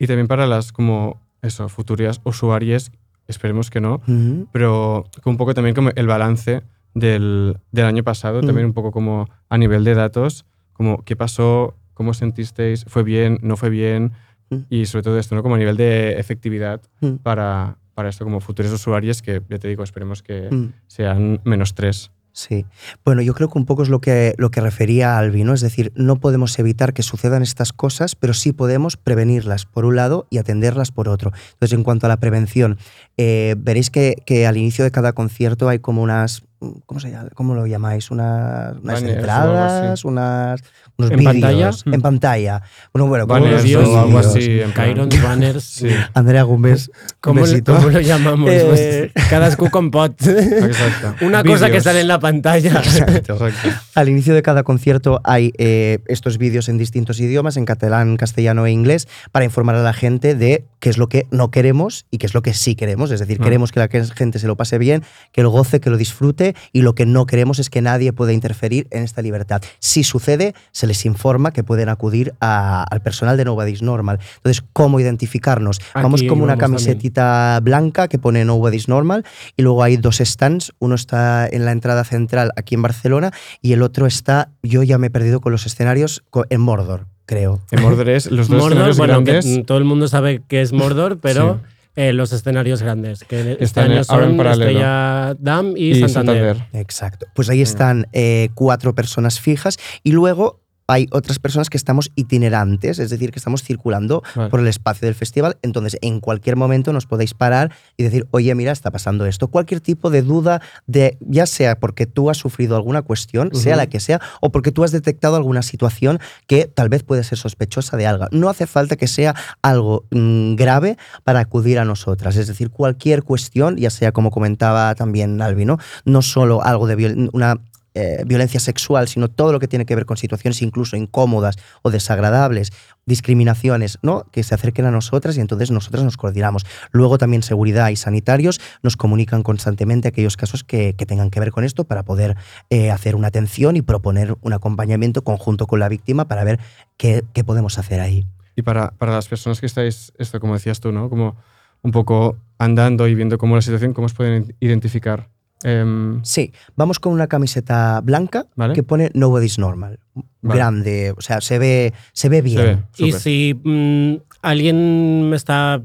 [SPEAKER 4] Y también para las como eso, futuras usuarias, esperemos que no,
[SPEAKER 5] Ujú.
[SPEAKER 4] pero que un poco también como el balance del, del año pasado,
[SPEAKER 5] Mm.
[SPEAKER 4] también un poco como a nivel de datos, como qué pasó, cómo os sentisteis, fue bien, no fue bien,
[SPEAKER 5] Mm.
[SPEAKER 4] y sobre todo esto, ¿no? Como a nivel de efectividad
[SPEAKER 5] Mm.
[SPEAKER 4] para, para esto, como futuras usuarias, que ya te digo, esperemos que
[SPEAKER 5] Mm.
[SPEAKER 4] sean menos tres.
[SPEAKER 5] Sí. Bueno, yo creo que un poco es lo que, lo que refería Albi, ¿no? Es decir, no podemos evitar que sucedan estas cosas, pero sí podemos prevenirlas por un lado y atenderlas por otro. Entonces, en cuanto a la prevención, eh, veréis que, que al inicio de cada concierto hay como unas ¿cómo, se llama? ¿Cómo lo llamáis? Una- unas
[SPEAKER 4] Banners o algo
[SPEAKER 5] entradas,
[SPEAKER 4] así.
[SPEAKER 5] unas, unos
[SPEAKER 3] ¿En
[SPEAKER 5] vídeos.
[SPEAKER 3] pantalla?
[SPEAKER 5] En pantalla. Mm. Bueno, bueno, como
[SPEAKER 4] Banners
[SPEAKER 5] los
[SPEAKER 3] Dios,
[SPEAKER 4] o algo
[SPEAKER 5] vídeos.
[SPEAKER 4] así. en plan.
[SPEAKER 3] Cairons, banners.
[SPEAKER 4] Sí,
[SPEAKER 5] Andrea Gómez,
[SPEAKER 3] ¿Cómo,
[SPEAKER 5] un besito.
[SPEAKER 3] cómo lo llamamos?
[SPEAKER 5] Eh,
[SPEAKER 3] Cada escu con pot.
[SPEAKER 4] exacte.
[SPEAKER 3] Una cosa que
[SPEAKER 4] Vídeos.
[SPEAKER 3] sale en la pantalla.
[SPEAKER 4] Exacte, exacte.
[SPEAKER 5] Al inicio de cada concierto hay eh, estos vídeos en distintos idiomas, en catalán, castellano e inglés, para informar a la gente de qué es lo que no queremos y qué es lo que sí queremos. Es
[SPEAKER 3] Mm.
[SPEAKER 5] decir,
[SPEAKER 4] Ah.
[SPEAKER 5] queremos que la que- gente se lo pase bien, que lo goce, que lo disfrute y lo que no queremos es que nadie pueda interferir en esta libertad. Si sucede, se les informa que pueden acudir a- al personal de Nobody's Normal. Entonces, ¿cómo identificarnos? vamos
[SPEAKER 3] Aquí
[SPEAKER 5] como una
[SPEAKER 3] vamos también.
[SPEAKER 5] camisetita blanca que pone Nobody's Normal y luego hay dos stands. Uno está en la entrada central aquí en Barcelona y el otro está, yo ya me he perdido con los escenarios, co- en Mordor, creo.
[SPEAKER 4] En Mordor és... Los dos
[SPEAKER 3] Mordor,
[SPEAKER 4] escenaris
[SPEAKER 3] bueno, que
[SPEAKER 4] grandes
[SPEAKER 3] mm, todo el mundo sabe que es Mordor, pero eh, los escenarios grandes, que este
[SPEAKER 4] Están
[SPEAKER 3] año
[SPEAKER 4] ahora en
[SPEAKER 3] son
[SPEAKER 4] paralelo.
[SPEAKER 3] Estrella Dam y,
[SPEAKER 4] i
[SPEAKER 3] Santander.
[SPEAKER 4] Santander.
[SPEAKER 5] Exacto. Pues ahí están eh, cuatro personas fijas y luego hay otras personas que estamos itinerantes, es decir, que estamos circulando
[SPEAKER 4] Vale.
[SPEAKER 5] por el espacio del festival. Entonces, en cualquier momento nos podéis parar y decir, oye, mira, está pasando esto. Cualquier tipo de duda, de, ya sea porque tú has sufrido alguna cuestión, sea
[SPEAKER 3] Ujú.
[SPEAKER 5] la que sea, o porque tú has detectado alguna situación que tal vez puede ser sospechosa de algo. No hace falta que sea algo mm, grave para acudir a nosotras. Es decir, cualquier cuestión, ya sea como comentaba también Albi, ¿no? No solo algo de viol- una eh, violencia sexual, sino todo lo que tiene que ver con situaciones incluso incómodas o desagradables, discriminaciones, ¿no? Que se acerquen a nosotras y entonces nosotras nos coordinamos. Luego también seguridad y sanitarios nos comunican constantemente aquellos casos que, que tengan que ver con esto para poder eh, hacer una atención y proponer un acompañamiento conjunto con la víctima para ver qué, qué podemos hacer ahí.
[SPEAKER 4] Y para, para las personas que estáis, esto como decías tú, ¿no? Como un poco andando y viendo cómo la situación, cómo os pueden identificar. Em,
[SPEAKER 5] Sí, vamos con una camiseta blanca
[SPEAKER 4] Vale.
[SPEAKER 5] que pone Nobody's Normal.
[SPEAKER 4] Vale.
[SPEAKER 5] Grande, o sea, se ve, se ve bien.
[SPEAKER 4] se ve,
[SPEAKER 3] Y
[SPEAKER 4] súper.
[SPEAKER 3] si mm, alguien me está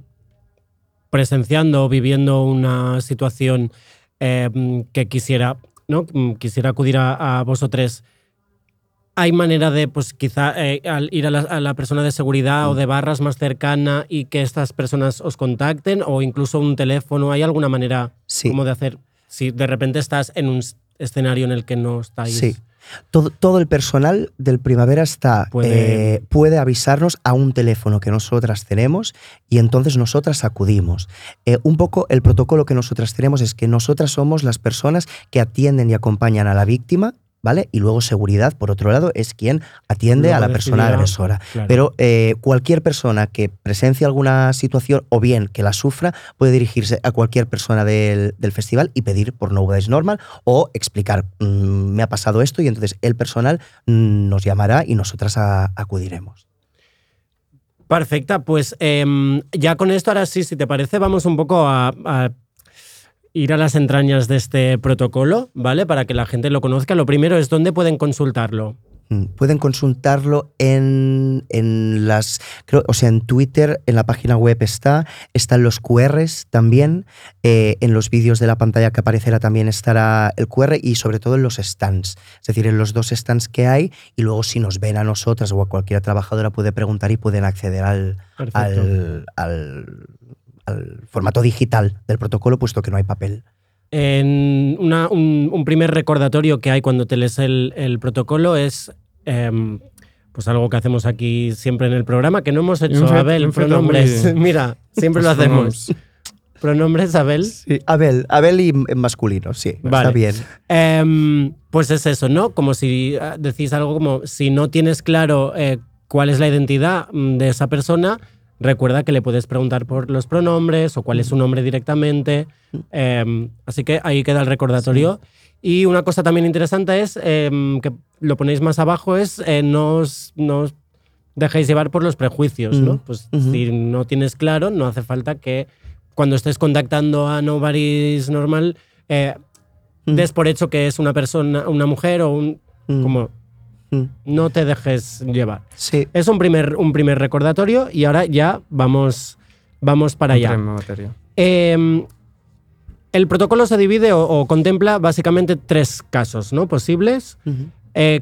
[SPEAKER 3] presenciando o viviendo una situación eh, mm, que quisiera, ¿no? Mm, Quisiera acudir a, a vosotros. ¿Hay manera de, pues quizá, eh, al ir a la, a la persona de seguridad o de barras más cercana y que estas personas os contacten o incluso un teléfono? ¿Hay alguna manera
[SPEAKER 5] Sí.
[SPEAKER 3] como de hacer? Si de repente estás en un s- escenario en el que no estáis.
[SPEAKER 5] Sí. Todo, todo el personal del Primavera está, eh,
[SPEAKER 3] Puede-
[SPEAKER 5] puede... avisarnos a un teléfono que nosotras tenemos y entonces nosotras acudimos. Eh, un poco el protocolo que nosotras tenemos es que nosotras somos las personas que atienden y acompañan a la víctima, ¿vale? Y luego seguridad, por otro lado, es quien atiende a
[SPEAKER 3] Luego
[SPEAKER 5] la persona
[SPEAKER 3] decidirá,
[SPEAKER 5] agresora.
[SPEAKER 3] claro.
[SPEAKER 5] Pero eh, cualquier persona que presencie alguna situación o bien que la sufra puede dirigirse a cualquier persona del, del festival y pedir por Nobody's Normal o explicar, "Mm, me ha pasado esto y entonces el personal mm, nos llamará y nosotras a- acudiremos.
[SPEAKER 3] Perfecta, pues em, ya con esto, ahora sí, si te parece, vamos un poco a, a ir a las entrañas de este protocolo, ¿vale? Para que la gente lo conozca. Lo primero es dónde pueden consultarlo.
[SPEAKER 5] Mm, Pueden consultarlo en, en las, creo, o sea, en Twitter, en la página web está, están los QRs también, eh, en los vídeos de la pantalla que aparecerá también estará el QR y sobre todo en los stands, es decir, en los dos stands que hay y luego si nos ven a nosotras o a cualquier trabajadora puede preguntar y pueden acceder al, al, al- al formato digital del protocolo puesto que no hay papel.
[SPEAKER 3] En una- un, un primer recordatorio que hay cuando te lees el, el protocolo es em, pues algo que hacemos aquí siempre en el programa, que no hemos hecho,
[SPEAKER 4] Hem fet-
[SPEAKER 3] Abel,
[SPEAKER 4] hem fet
[SPEAKER 3] pronombres.
[SPEAKER 4] avui-
[SPEAKER 3] Mira, siempre lo
[SPEAKER 4] Els
[SPEAKER 3] hacemos.
[SPEAKER 4] pronoms.
[SPEAKER 3] Pronombres, Abel.
[SPEAKER 5] Abel, Abel y en masculino, sí,
[SPEAKER 3] Vale.
[SPEAKER 5] está bien.
[SPEAKER 3] Em, pues es eso, ¿no? Como si ah, decís algo como, si no tienes claro eh, cuál es la identidad mm, de esa persona, recuerda que le puedes preguntar por los pronombres o cuál es su nombre directamente. Em, así que ahí queda el recordatorio. Y una cosa también interesante es, em, que lo ponéis más abajo, es eh, no, os, no os dejéis llevar por los prejuicios, ¿no?
[SPEAKER 5] Mm.
[SPEAKER 3] Pues
[SPEAKER 5] Ujú.
[SPEAKER 3] si no tienes claro, no hace falta que cuando estés contactando a Nobody's Normal... eh,
[SPEAKER 5] Mm,
[SPEAKER 3] des por hecho que es una persona, una mujer o un...
[SPEAKER 5] mm,
[SPEAKER 3] Como,
[SPEAKER 5] mm.
[SPEAKER 3] no te dejes llevar.
[SPEAKER 5] Sí.
[SPEAKER 3] Es un primer, un primer recordatorio y ahora ya vamos, vamos para allá.
[SPEAKER 4] Entrem en matèria.
[SPEAKER 3] Eh, el protocolo se divide o, o contempla básicamente tres casos ¿no? posibles
[SPEAKER 5] Ujú.
[SPEAKER 3] eh,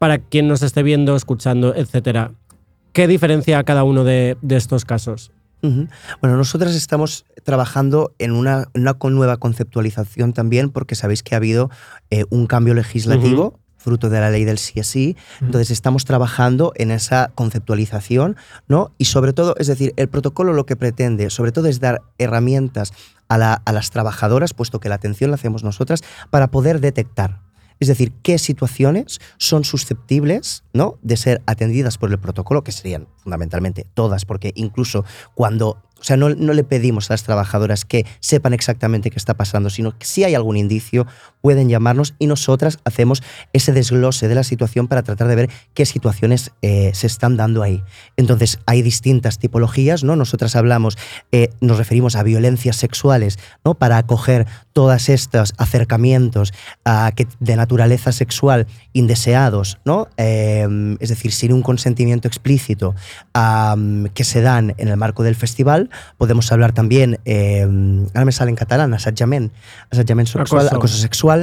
[SPEAKER 3] para quien nos esté viendo, escuchando, etcétera. ¿Qué diferencia a cada uno de, de estos casos?
[SPEAKER 5] Ujú. Bueno, nosotras estamos trabajando en una, una con- nueva conceptualización también, porque sabéis que ha habido eh, un cambio legislativo. fruto de la ley del sí es sí. Entonces estamos trabajando en esa conceptualización, ¿no? Y sobre todo, es decir, el protocolo lo que pretende, sobre todo, es dar herramientas a, la- a las trabajadoras, puesto que la atención la hacemos nosotras, para poder detectar. Es decir, qué situaciones son susceptibles ¿no? de ser atendidas por el protocolo, que serían fundamentalmente todas, porque incluso cuando, o sea, no, no le pedimos a las trabajadoras que sepan exactamente qué está pasando, sino que si hay algún indicio pueden llamarnos y nosotras hacemos ese desglose de la situación para tratar de ver qué situaciones eh, se están dando ahí. Entonces, hay distintas tipologías, ¿no? Nosotras hablamos, eh, nos referimos a violencias sexuales, ¿no? Para acoger todos estos acercamientos ah, que, de naturaleza sexual indeseados, ¿no? Eh, es decir, sin un consentimiento explícito am, que se dan en el marco del festival. Podemos hablar también, eh, ahora me sale en catalán, assetjament, assetjament sexual,
[SPEAKER 3] Acoso.
[SPEAKER 5] acoso sexual.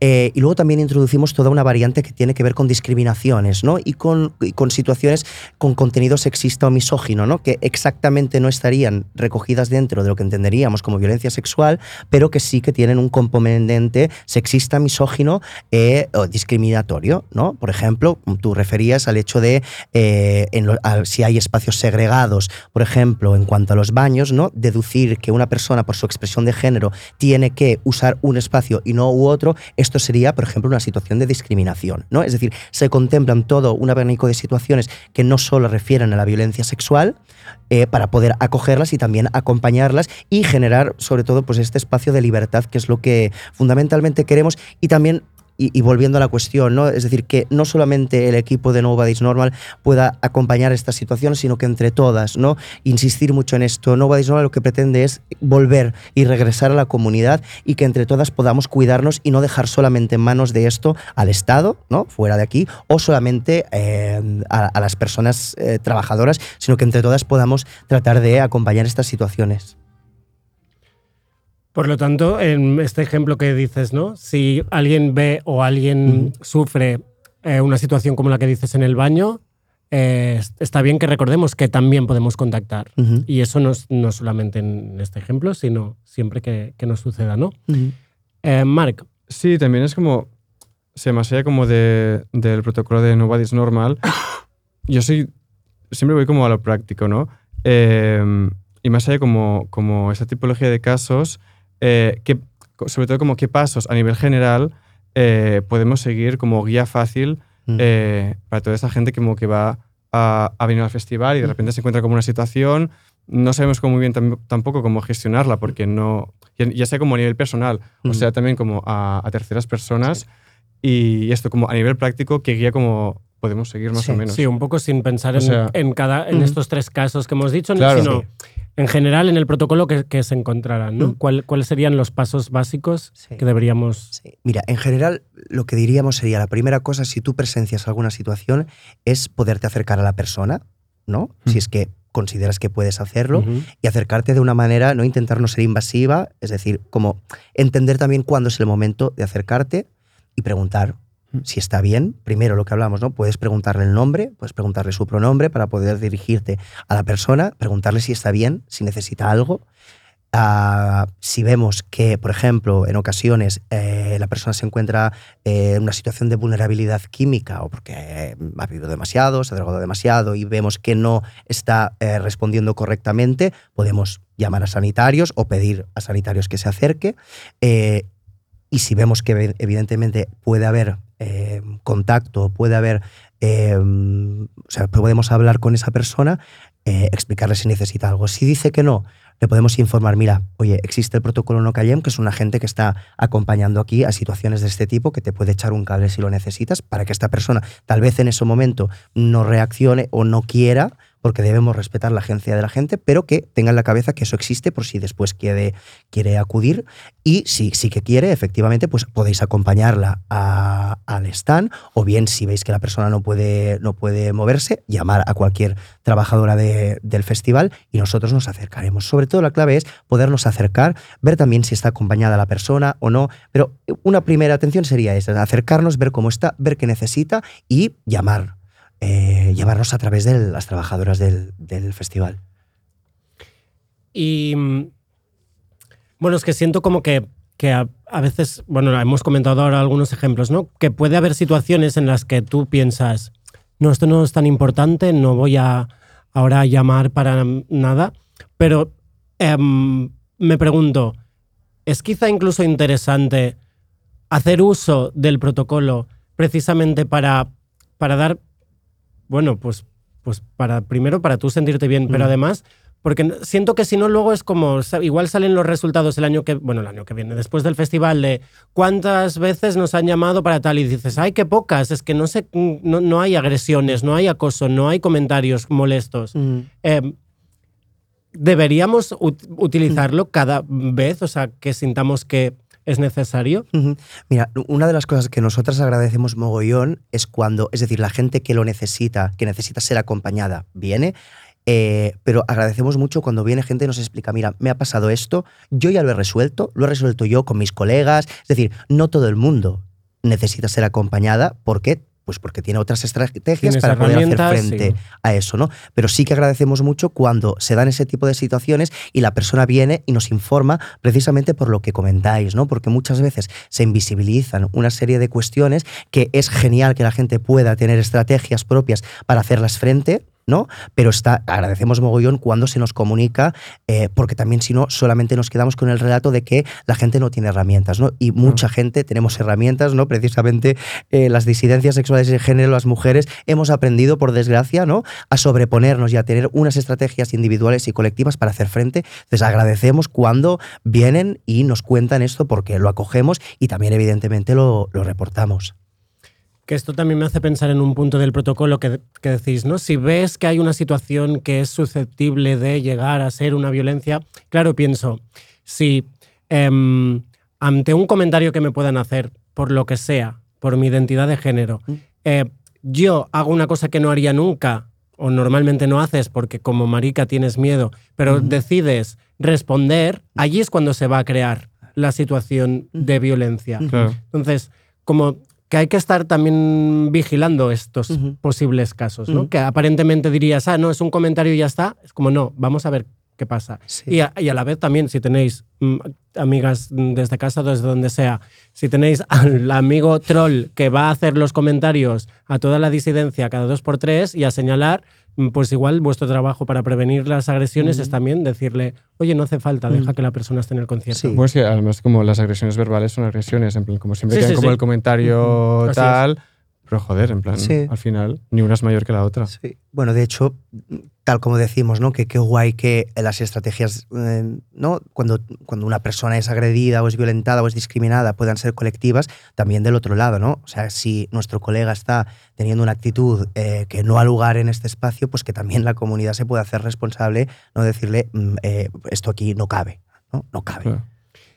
[SPEAKER 5] Eh, y luego también introducimos toda una variante que tiene que ver con discriminaciones, ¿no? Y con, y con situaciones con contenido sexista o misógino, ¿no? Que exactamente no estarían recogidas dentro de lo que entenderíamos como violencia sexual, pero que sí que tienen un componente sexista, misógino eh, o discriminatorio, ¿no? Por ejemplo, tú referías al hecho de eh, en lo- al- si hay espacios segregados, por ejemplo, en cuanto a los baños, ¿no? Deducir que una persona por su expresión de género tiene que usar un espacio y no u otro, esto sería, por ejemplo, una situación de discriminación, ¿no? Es decir, se contemplan todo un abanico de situaciones que no solo refieren a la violencia sexual, eh, para poder acogerlas y también acompañarlas y generar, sobre todo, pues este espacio de libertad, que es lo que fundamentalmente queremos y también y, y volviendo a la cuestión, ¿no? Es decir, que no solamente el equipo de Nobody's Normal pueda acompañar esta situación, sino que entre todas, ¿no? Insistir mucho en esto. Nobody's Normal lo que pretende es volver y regresar a la comunidad y que entre todas podamos cuidarnos y no dejar solamente en manos de esto al Estado, ¿no? Fuera de aquí, o solamente eh, a, a las personas eh, trabajadoras, sino que entre todas podamos tratar de acompañar estas situaciones.
[SPEAKER 3] Por lo tanto, en este ejemplo que dices, ¿no? Si alguien ve o alguien sufre eh, una situación como la que dices en el baño, eh, es- está bien que recordemos que también podemos contactar.
[SPEAKER 5] Ujú,
[SPEAKER 3] Y eso no, es- no solamente en este ejemplo, sino siempre que, que nos suceda, ¿no?
[SPEAKER 5] ujú.
[SPEAKER 3] Eh, Marc,
[SPEAKER 4] Sí, también es como, se más allá como de, del protocolo de Nobody's Normal, yo soy, siempre voy como a lo práctico, ¿no? Eh, y más allá como, como esa tipología de casos, eh, que, sobre todo como qué pasos a nivel general eh, podemos seguir como guía fácil
[SPEAKER 5] Mm.
[SPEAKER 4] eh, para toda esa gente como que va a, a venir al festival y de repente se encuentra como una situación, no sabemos como muy bien tam- tampoco cómo gestionarla, porque no, ya, ya sea como a nivel personal, o
[SPEAKER 5] Mm.
[SPEAKER 4] sea también como a, a terceras personas, y esto como a nivel práctico, qué guía como podemos seguir más
[SPEAKER 5] Sí,
[SPEAKER 4] o menos.
[SPEAKER 3] sí, un poco sin pensar
[SPEAKER 4] O
[SPEAKER 3] en,
[SPEAKER 4] sea-
[SPEAKER 3] en cada, en
[SPEAKER 5] Ujú.
[SPEAKER 3] estos tres casos que hemos dicho,
[SPEAKER 4] Claro.
[SPEAKER 3] sino en general en el protocolo que, que se encontrarán, ¿no?
[SPEAKER 5] Ujú.
[SPEAKER 3] ¿Cuál- ¿Cuáles serían los pasos básicos
[SPEAKER 5] Sí.
[SPEAKER 3] que deberíamos...
[SPEAKER 5] Sí. Mira, en general lo que diríamos sería la primera cosa, si tú presencias alguna situación, es poderte acercar a la persona, ¿no?
[SPEAKER 4] Mm.
[SPEAKER 5] Si es que consideras que puedes hacerlo
[SPEAKER 3] Ujú.
[SPEAKER 5] y acercarte de una manera, no intentar no ser invasiva, es decir, como entender también cuándo es el momento de acercarte y preguntar si está bien. Primero lo que hablamos, ¿no? Puedes preguntarle el nombre, puedes preguntarle su pronombre para poder dirigirte a la persona, preguntarle si está bien, si necesita algo. Ah, si vemos que, por ejemplo, en ocasiones eh, la persona se encuentra eh, en una situación de vulnerabilidad química o porque eh, ha vivido demasiado, se ha drogado demasiado y vemos que no está eh, respondiendo correctamente, podemos llamar a sanitarios o pedir a sanitarios que se acerque. Eh, y si vemos que evi- evidentemente puede haber eh, contacto, puede haber, eh, o sea, podemos hablar con esa persona, eh, explicarle si necesita algo. Si dice que no, le podemos informar, mira, oye, existe el protocolo No Callem, que es un agente que está acompañando aquí a situaciones de este tipo, que te puede echar un cable si lo necesitas, para que esta persona tal vez en ese momento no reaccione o no quiera, porque debemos respetar la agencia de la gente, pero que tenga en la cabeza que eso existe por si después quiere, quiere acudir. Y si sí que quiere, efectivamente, pues podéis acompañarla a- al stand, o bien si veis que la persona no puede, no puede moverse, llamar a cualquier trabajadora de- del festival y nosotros nos acercaremos. Sobre todo la clave es podernos acercar, ver también si está acompañada la persona o no, pero una primera atención sería esa, acercarnos, ver cómo está, ver qué necesita y llamar, eh, llamarnos a través de las trabajadoras del, del festival.
[SPEAKER 3] Y mm, bueno, es que siento como que, que a, a veces, bueno, hemos comentado ahora algunos ejemplos, ¿no? Que puede haber situaciones en las que tú piensas, no, esto no es tan importante, no voy a ahora a llamar para nada, pero em, me pregunto, ¿es quizá incluso interesante hacer uso del protocolo precisamente para, para dar, bueno, pues, pues para primero para tú sentirte bien, pero además, porque n- siento que si no luego es como, sa- igual salen los resultados el año que, bueno, el año que viene, después del festival de cuántas veces nos han llamado para tal y dices, ay, qué pocas, es que no, sé, no, no hay agresiones, no hay acoso, no hay comentarios molestos. Eh, ¿Deberíamos ut- utilizarlo cada vez? O sea, que sintamos que es necesario.
[SPEAKER 5] Ujú. Mira, una de las cosas que nosotras agradecemos mogollón es cuando, es decir, la gente que lo necesita, que necesita ser acompañada, viene, eh, pero agradecemos mucho cuando viene gente y nos explica, mira, me ha pasado esto, yo ya lo he resuelto, lo he resuelto yo con mis colegas, es decir, no todo el mundo necesita ser acompañada porque pues porque tiene otras estrategias
[SPEAKER 3] Tienes
[SPEAKER 5] para poder hacer
[SPEAKER 3] herramientas,
[SPEAKER 5] frente
[SPEAKER 3] sí.
[SPEAKER 5] a eso, ¿no? Pero sí que agradecemos mucho cuando se dan ese tipo de situaciones y la persona viene y nos informa precisamente por lo que comentáis, ¿no? Porque muchas veces se invisibilizan una serie de cuestiones que es genial que la gente pueda tener estrategias propias para hacerlas frente. ¿no? Pero está, agradecemos mogollón cuando se nos comunica, eh, porque también si no, solamente nos quedamos con el relato de que la gente no tiene herramientas, ¿no? Y mucha gente tenemos herramientas, ¿no? Precisamente eh, las disidencias sexuales de género, las mujeres, hemos aprendido, por desgracia, ¿no? A sobreponernos y a tener unas estrategias individuales y colectivas para hacer frente. Entonces agradecemos cuando vienen y nos cuentan esto porque lo acogemos y también, evidentemente, lo, lo reportamos.
[SPEAKER 3] Que esto también me hace pensar en un punto del protocolo que, que decís, ¿no? Si ves que hay una situación que es susceptible de llegar a ser una violencia, claro, pienso, si em, ante un comentario que me puedan hacer, por lo que sea, por mi identidad de género, eh, yo hago una cosa que no haría nunca o normalmente no haces porque como marica tienes miedo, pero decides responder, allí es cuando se va a crear la situación de violencia.
[SPEAKER 4] Claro.
[SPEAKER 3] Entonces, como que hay que estar también vigilando estos posibles casos, ¿no? Que aparentemente dirías, ah, no, es un comentario y ya está. Es como, no, vamos a ver qué pasa.
[SPEAKER 5] Sí.
[SPEAKER 3] Y, a, y a la vez también, si tenéis mm, amigas mm, desde casa, desde donde sea, si tenéis al amigo troll que va a hacer los comentarios a toda la disidencia cada dos por tres y a señalar, mm, pues igual vuestro trabajo para prevenir las agresiones es también decirle, oye, no hace falta, deja que la persona esté en el concierto.
[SPEAKER 5] Sí.
[SPEAKER 4] Pues que además como las agresiones verbales son agresiones, en plan, como siempre
[SPEAKER 3] Sí,
[SPEAKER 4] quedan
[SPEAKER 3] sí,
[SPEAKER 4] como
[SPEAKER 3] sí.
[SPEAKER 4] el comentario
[SPEAKER 3] Así es.
[SPEAKER 4] tal, pero joder, en plan,
[SPEAKER 5] Sí.
[SPEAKER 4] al final ni una es mayor que la otra.
[SPEAKER 5] Sí. Bueno, de hecho, tal como decimos, ¿no? Que qué guay que las estrategias, eh, ¿no? Cuando, cuando una persona es agredida o es violentada o es discriminada puedan ser colectivas, también del otro lado, ¿no? O sea, si nuestro colega está teniendo una actitud eh, que no ha lugar en este espacio, pues que también la comunidad se puede hacer responsable, no decirle, mm, eh, esto aquí no cabe, ¿no? No cabe.
[SPEAKER 4] Claro.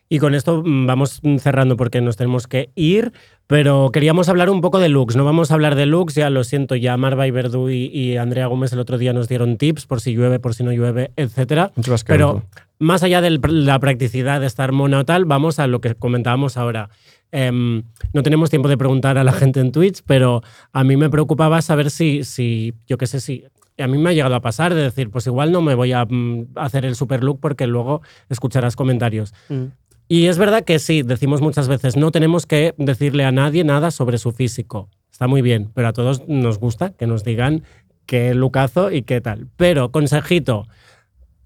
[SPEAKER 3] Y con esto mm, vamos mm, cerrando porque nos tenemos que ir, pero queríamos hablar un poco de looks. No vamos a hablar de looks, ya lo siento, ya Marva y Verdú y, y Andrea Gómez el otro día nos dieron tips por si llueve, por si no llueve, etcétera.
[SPEAKER 4] Mucho más que
[SPEAKER 3] Pero
[SPEAKER 4] otro.
[SPEAKER 3] más allá de la practicidad de estar mona o tal, vamos a lo que comentábamos ahora. Em, no tenemos tiempo de preguntar a la gente en Twitch, pero a mí me preocupaba saber si, si yo qué sé, si a mí me ha llegado a pasar de decir, pues igual no me voy a mm, hacer el super look porque luego escucharás comentarios. Y es verdad que sí, decimos muchas veces, no tenemos que decirle a nadie nada sobre su físico. Está muy bien, pero a todos nos gusta que nos digan qué lucazo y qué tal. Pero, consejito,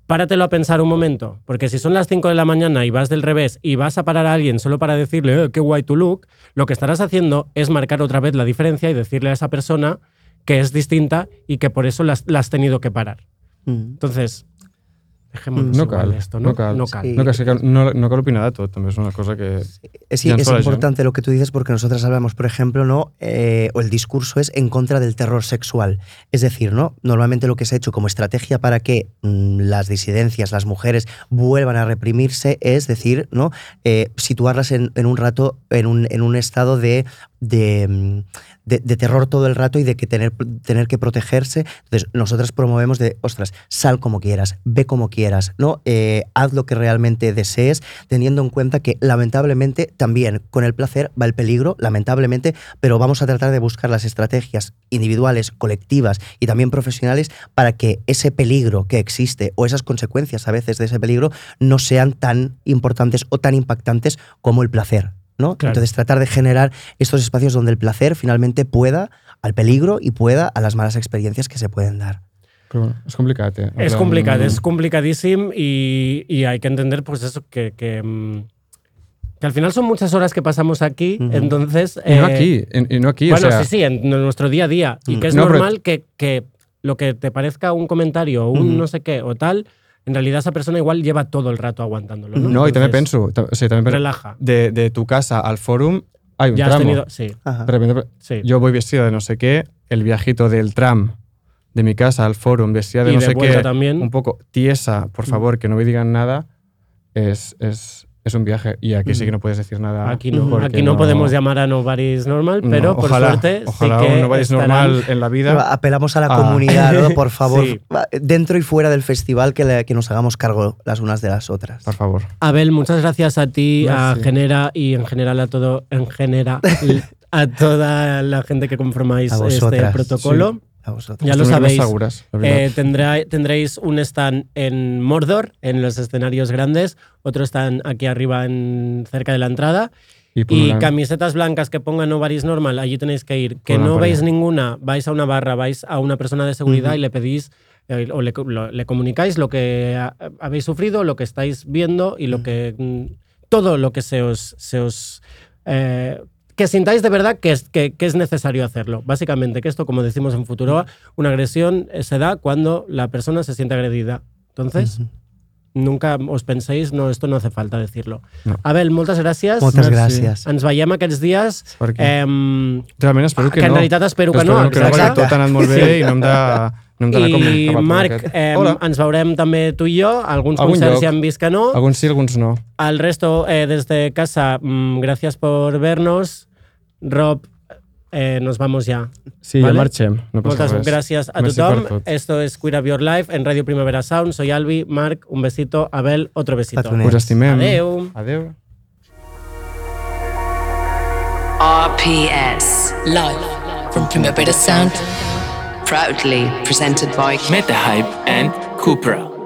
[SPEAKER 3] páratelo a pensar un momento, porque si son las 5 de la mañana y vas del revés y vas a parar a alguien solo para decirle, "Eh, qué guay tu look, lo que estarás haciendo es marcar otra vez la diferencia y decirle a esa persona que es distinta y que por eso la has- la has tenido que parar.
[SPEAKER 5] Mm.
[SPEAKER 3] Entonces, dejémonos
[SPEAKER 4] No
[SPEAKER 3] igual
[SPEAKER 4] cal,
[SPEAKER 3] de esto, ¿no?
[SPEAKER 4] no cal.
[SPEAKER 3] No cal.
[SPEAKER 5] Sí.
[SPEAKER 4] No, que, sí que no, no cal opinar de todo, també és una cosa que...
[SPEAKER 5] Eh, Sí,
[SPEAKER 4] Jan
[SPEAKER 5] es
[SPEAKER 4] Solage, ¿no?
[SPEAKER 5] importante lo que tú dices porque nosotras hablamos, por ejemplo, ¿no? Eh, o el discurso es en contra del terror sexual. Es decir, ¿no? Normalmente lo que se ha hecho como estrategia para que mm, las disidencias, las mujeres, vuelvan a reprimirse es decir, ¿no? Eh, situarlas en, en un rato, en un, en un estado de de, de- de terror todo el rato y de que tener, tener que protegerse. Entonces, nosotras promovemos de, ostras, sal como quieras, ve como quieras, ¿no? Eh, haz lo que realmente desees, teniendo en cuenta que lamentablemente también con el placer va el peligro, lamentablemente, pero vamos a tratar de buscar las estrategias individuales, colectivas y también profesionales para que ese peligro que existe o esas consecuencias a veces de ese peligro no sean tan importantes o tan impactantes como el placer. ¿no?
[SPEAKER 3] Claro.
[SPEAKER 5] Entonces tratar de generar estos espacios donde el placer finalmente pueda al peligro y pueda a las malas experiencias que se pueden dar.
[SPEAKER 4] Però, bueno, és complicat, eh? En
[SPEAKER 3] Es
[SPEAKER 4] plan,
[SPEAKER 3] complicado, es complicadísimo y, y hay que entender, pues eso, que, que, mm, que al final son muchas horas que pasamos aquí,
[SPEAKER 5] Ujú.
[SPEAKER 3] entonces...
[SPEAKER 4] I no
[SPEAKER 3] eh,
[SPEAKER 4] aquí, i, i no aquí,
[SPEAKER 3] Bueno,
[SPEAKER 4] o sea...
[SPEAKER 3] sí, sí, en n- nuestro día a día. Y
[SPEAKER 5] Mm.
[SPEAKER 3] que es
[SPEAKER 4] No, pero-
[SPEAKER 3] normal que, que lo que te parezca un comentario o un
[SPEAKER 5] Ujú.
[SPEAKER 3] no sé qué o tal, en realidad esa persona igual lleva todo el rato aguantándolo. No,
[SPEAKER 4] No, i també
[SPEAKER 3] Entonces,
[SPEAKER 4] penso... ta- O sigui, també penso
[SPEAKER 3] Relaja.
[SPEAKER 4] de, de tu casa al fòrum hay un
[SPEAKER 3] Ya has
[SPEAKER 4] tramo.
[SPEAKER 3] tenido... Sí,
[SPEAKER 5] Ajá.
[SPEAKER 4] De repente,
[SPEAKER 3] sí.
[SPEAKER 4] yo voy vestida de no sé qué, el viajito del tram de mi casa al fórum, vestida de
[SPEAKER 3] Y
[SPEAKER 4] no
[SPEAKER 3] de
[SPEAKER 4] sé
[SPEAKER 3] vuelta
[SPEAKER 4] qué,
[SPEAKER 3] también. Mm.
[SPEAKER 4] un poco tiesa, por favor, que no me digan nada, es, es, es un viaje. Y aquí sí que no puedes decir nada.
[SPEAKER 3] Mm. Aquí no,
[SPEAKER 4] porque
[SPEAKER 3] aquí no, podemos llamar a nobody's normal,
[SPEAKER 4] No,
[SPEAKER 3] pero por
[SPEAKER 4] ojalá,
[SPEAKER 3] suerte
[SPEAKER 4] ojalá
[SPEAKER 3] sí que
[SPEAKER 4] un nobody's
[SPEAKER 3] estarán-
[SPEAKER 4] normal en la
[SPEAKER 5] Pero
[SPEAKER 4] vida.
[SPEAKER 5] Apelamos a la
[SPEAKER 4] Ah.
[SPEAKER 5] comunidad, ¿no? por favor,
[SPEAKER 3] Sí.
[SPEAKER 5] va- dentro y fuera del festival, que, la- que nos hagamos cargo las unas de las otras.
[SPEAKER 4] Por favor.
[SPEAKER 3] Abel, muchas gracias a ti, a
[SPEAKER 4] Gracias.
[SPEAKER 3] Genera y en general a todo, en general, a toda la gente que conformáis
[SPEAKER 5] A
[SPEAKER 3] este
[SPEAKER 5] vosotras,
[SPEAKER 3] protocolo.
[SPEAKER 5] A vosotros.
[SPEAKER 3] Ya lo
[SPEAKER 4] Estoy menos
[SPEAKER 3] sabéis.
[SPEAKER 4] seguras, la verdad.
[SPEAKER 3] Eh, tendrá- tendréis un stand en Mordor, en los escenarios grandes, otro stand aquí arriba en, cerca de la entrada.
[SPEAKER 4] y por
[SPEAKER 3] Y
[SPEAKER 4] una-
[SPEAKER 3] camisetas blancas que pongan Nobody's Normal, allí tenéis que ir. Que
[SPEAKER 4] Pulgarán
[SPEAKER 3] no
[SPEAKER 4] para
[SPEAKER 3] veis
[SPEAKER 4] allá.
[SPEAKER 3] ninguna, vais a una barra, vais a una persona de seguridad
[SPEAKER 5] Ujú.
[SPEAKER 3] y le pedís eh, o le, co- lo- le comunicáis lo que ha- habéis sufrido, lo que estáis viendo y lo
[SPEAKER 5] Ujú.
[SPEAKER 3] que. mm, todo lo que se os. Se os eh, que sintáis de verdad que es, que, que es necesario hacerlo. Básicamente, que esto, como decimos en
[SPEAKER 5] Mm.
[SPEAKER 3] Futuroa, una agresión eh, se da cuando la persona se siente agredida. Entonces,
[SPEAKER 5] Ujú.
[SPEAKER 3] nunca os penséis, no, esto no hace falta decirlo.
[SPEAKER 4] No.
[SPEAKER 3] Abel, muchas gracias.
[SPEAKER 5] Muchas
[SPEAKER 4] Merci.
[SPEAKER 5] gracias.
[SPEAKER 3] Ens veiem aquests dies.
[SPEAKER 4] Perquè-
[SPEAKER 3] Em,
[SPEAKER 4] Realment espero
[SPEAKER 3] que,
[SPEAKER 4] que,
[SPEAKER 3] en
[SPEAKER 4] no.
[SPEAKER 3] realitat espero que no.
[SPEAKER 4] Espero que no, perquè
[SPEAKER 3] exacte.
[SPEAKER 4] tot ha anat molt bé i no hem de... No hem d'anar com
[SPEAKER 3] I
[SPEAKER 4] cap al
[SPEAKER 3] Marc, eh,
[SPEAKER 4] poquet.
[SPEAKER 3] em,
[SPEAKER 4] Hola.
[SPEAKER 3] ens veurem també tu i jo. Alguns
[SPEAKER 4] Algun
[SPEAKER 3] concerts
[SPEAKER 4] lloc.
[SPEAKER 3] ja hem vist que no.
[SPEAKER 4] Alguns sí, alguns no.
[SPEAKER 3] Al resto, eh, desde casa, mm, gracias por vernos. Rob, eh, nos vamos ya.
[SPEAKER 4] Sí,
[SPEAKER 3] Vale.
[SPEAKER 4] ja marxem. No passa
[SPEAKER 3] Muchas
[SPEAKER 4] res.
[SPEAKER 3] gracias a
[SPEAKER 4] Merci
[SPEAKER 3] tothom.
[SPEAKER 4] per tot.
[SPEAKER 3] Esto es Queer Up Your Life en Radio Primavera Sound. Soy Albi, Marc, un besito. Abel, otro besito.
[SPEAKER 5] Patronet.
[SPEAKER 4] Us estimem.
[SPEAKER 3] Adeu.
[SPEAKER 4] Adeu.
[SPEAKER 1] RPS. Live from Primavera Sound. Proudly presented by
[SPEAKER 2] Meta Hype and Cupra.